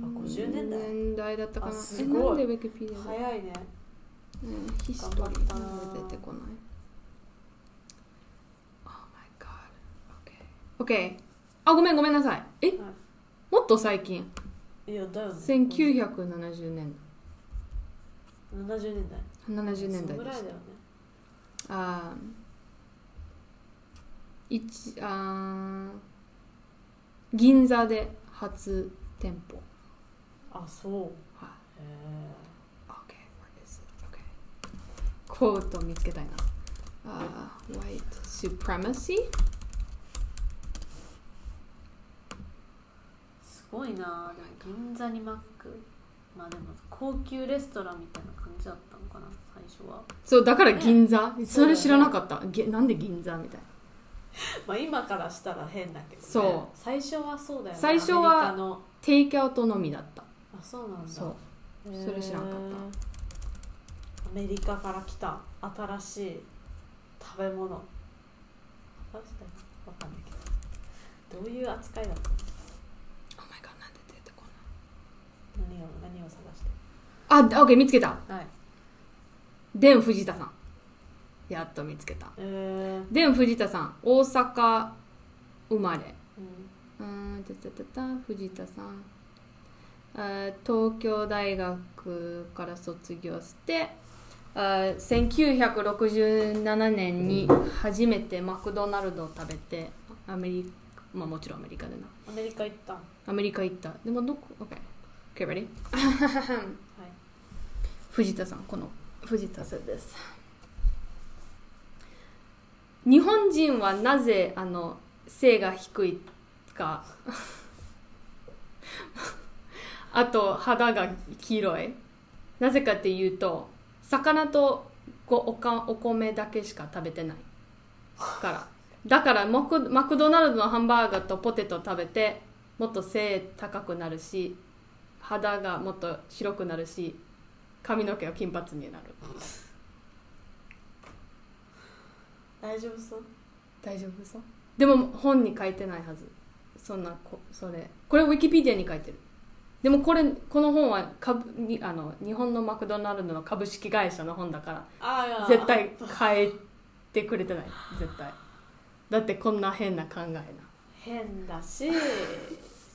あ50年代
年代だったかな
あすごい
えなんでウィキペディアで、
早いね
うん、ヒストリーなんで出てこない Oh my god OK, OK あごめんごめんなさいえ、もっと最近
いやだよね
1970年
70年代
70年
そ
代
ん
で
ぐら
す
いだよね
あー一あー銀座で初店舗
あそ
は
う
い
へえ
Okay, where is it? Okay. コート見つけたいな。あー white supremacy?
すごいなでも銀座にマックまあでも高級レストランみたいな感じだったのかな最初は
そう、だから銀座。それ知
そうだ
ら
よね
なかった。げなんで銀座みたいな。
まあ今からしたら変だけど、ね、
そう
最初はそうだよね
最初
アメリ
は
カの
テイクアウトのみだった。
あそうなんだ
そう。
へー
それ知らんかった
アメリカから来た新しい食べ物新しいわかんないけどどういう扱いだったの
Oh my god, なんで出てこない
何を何を探して
あ、オッケー見つけた。
はい
デン・藤田さん。やっと見つけた。
えーうん、
デン・藤田さん。大阪生まれ。うーん、たたたた、藤田さん。あー東京大学から卒業して、あー1967年に初めてマクドナルドを食べて、アメリカ、まあもちろんアメリカでな。
アメリカ行ったは
アメリカ行った。でもどこ ?OK。OK, ready?
い
藤田さん、この藤田さんです。日本人はなぜ、あの、背が低いか。 <laughs> あと、肌が黄色い。なぜかっていうと、魚とごおかお米だけしか食べてない。から。だからマク、マクドナルドのハンバーガーとポテト食べて、もっと背高くなるし、肌がもっと白くなるし、髪の毛は金髪になる
大丈夫そう
大丈夫そうでも本に書いてないはずそんなこそれこれウィキペディアに書いてるでもこれこの本は株にあの日本のマクドナルドの株式会社の本だか
あ
ら
あ
絶対変えてくれてない絶対だってこんな変な考えな
変だし <laughs>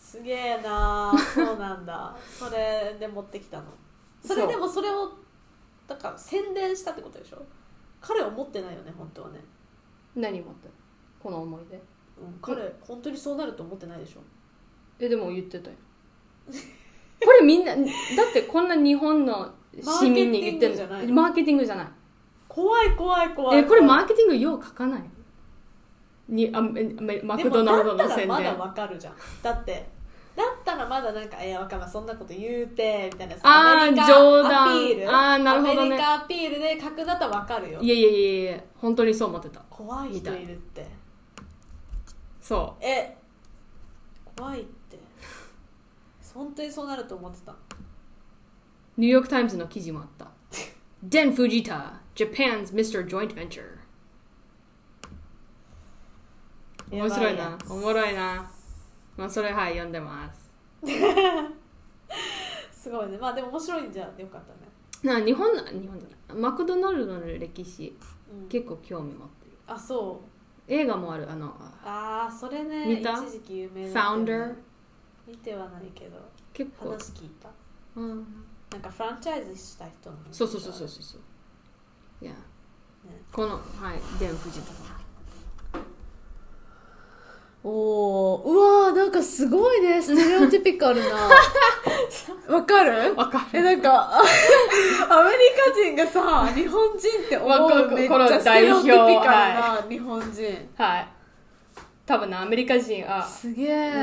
すげえなそうなんだそれで持ってきたのそれ
そう
でもそれをだから宣伝したってことでしょ彼は持ってないよね本当はね、
何持ってるこの思い出
うん、彼、本当にそうなると思ってないでしょ
えでも言 <laughs> ってたよこれみんなだってこんな日本の市民に言って
マーケティングじゃない
るマーケティングじゃない
怖い怖い怖い
えこれマーケティングよう書かないにあめめマ
で
ク
も
ドナルドの
だった
宣
ら
伝
まだわかるじゃんだってだったらまだなんか「えー、わかんないそんなこと言うて」みたいなさ
あー
アメリカ
冗談
アピール
あーなるほどね
アメリカアピールで書くだったらわかるよ
いやいやいやいや本当にそう思ってた
怖い人いるって
そ
え怖いって本当にそうなると思ってた
うニューヨーク・タイムズの記事もあった Den Fujita Japan's Mr. Joint Venture 面白い
やば
な
やつ
おもろいなまあそれはい読んでます
すごいねまあでも面白いんじゃよかったね
な日本の日本じゃないマクドナルドの歴史
うん
結構興味持ってる
あそう
映画もあるあのあ
ああそれね
見た
一時期有名だったよね
Founder
見てはないけど
結構、
話聞いた
うん、
なんかフランチャイズした人の話
そうそうそうそうそうそういや、このはいデン・フジタさん
おおうわーなんかすごい <laughs> ねステレオティピカル <laughs> なわかる
わか
えなんか <laughs> あアメリカ人がさ日本人って思
わかる
うめっち
この
ゃステレオティピカル
代
な日本人
はい。多分な、アメリカ人、あ、
すげえ、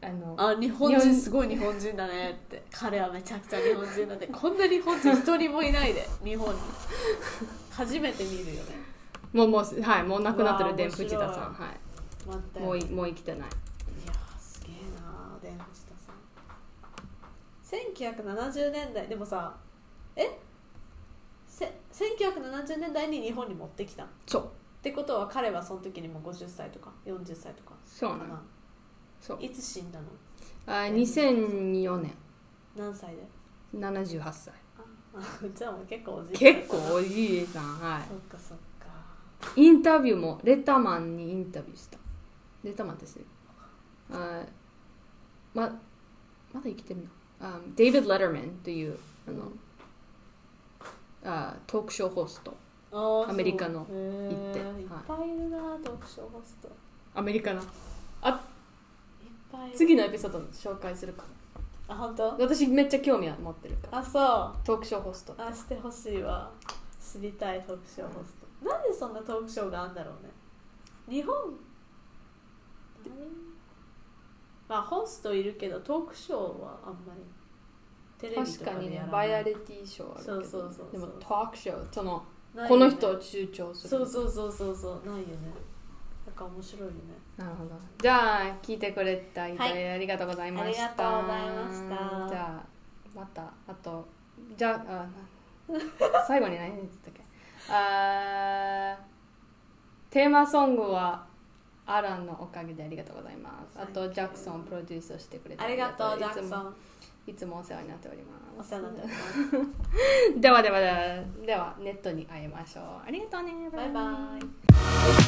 あの、
あ日本
日本
人すごい日本人だねって彼はめちゃくちゃ日本人だねこんな日本人一人もいないで日本に
初めて見るよね
もう、もう、はい、もう亡くなって
うわ
る
ー
デンプチダさん。
面
は
待って
い。もうい、もう生きてない。
いやーすげえなーで藤田さん1970年代でもさえせ1970年代に日本に持ってきたっ
そう
てことは彼はその時にもう50歳とか40歳とか
そう
か
なの
な
そう
いつ死んだの
あ2004年
何歳で
78歳
ああじゃあもう結構おじい
結構おじいさんは
そっかそっか
いインタビューもレタマンにインタビューしたレタマンですよあままだ生きてるなあデイビッド・レタマンというあのあトークショーホスト
あー
アメリカの
そうへー
行って
いっぱいいるな読書ホストいっ
アメリカの
ぱいいる
次のエピソード紹介するか
あ本当
私めっちゃ興味は持ってるから
あそう
トークショーホスト
あしてほしいわ知りたいトークショーホストなんでそんなトークショーがあるんだろうね日本まあホストいるけどトークショーはあんまりテレビ
確
とか
かに
でや
ね
ら
バ
ない
イアリティショーあるけど
そうそうそうそう
でもトークショーその
ないよ
こ
ね
の人を中長する
そうそうそうそうそうないよねなんか面白いよね
なるほどじゃあ聞いてくれたいた
はい
ありがとうございました
ありがとうございました
じゃあまたあとじゃああ
<laughs>
な最後に何言ってたっけあーテーマソングはアランのおかげでありがとうございますあとジャクソンプロデュースをしてくれて
ありがとうジ
い
ャク
つ
ソ
も
ン
いつもお世話になっておりま
お
す
世話になっております
ではではではではネットに会いましょうありがとうね
バイバイ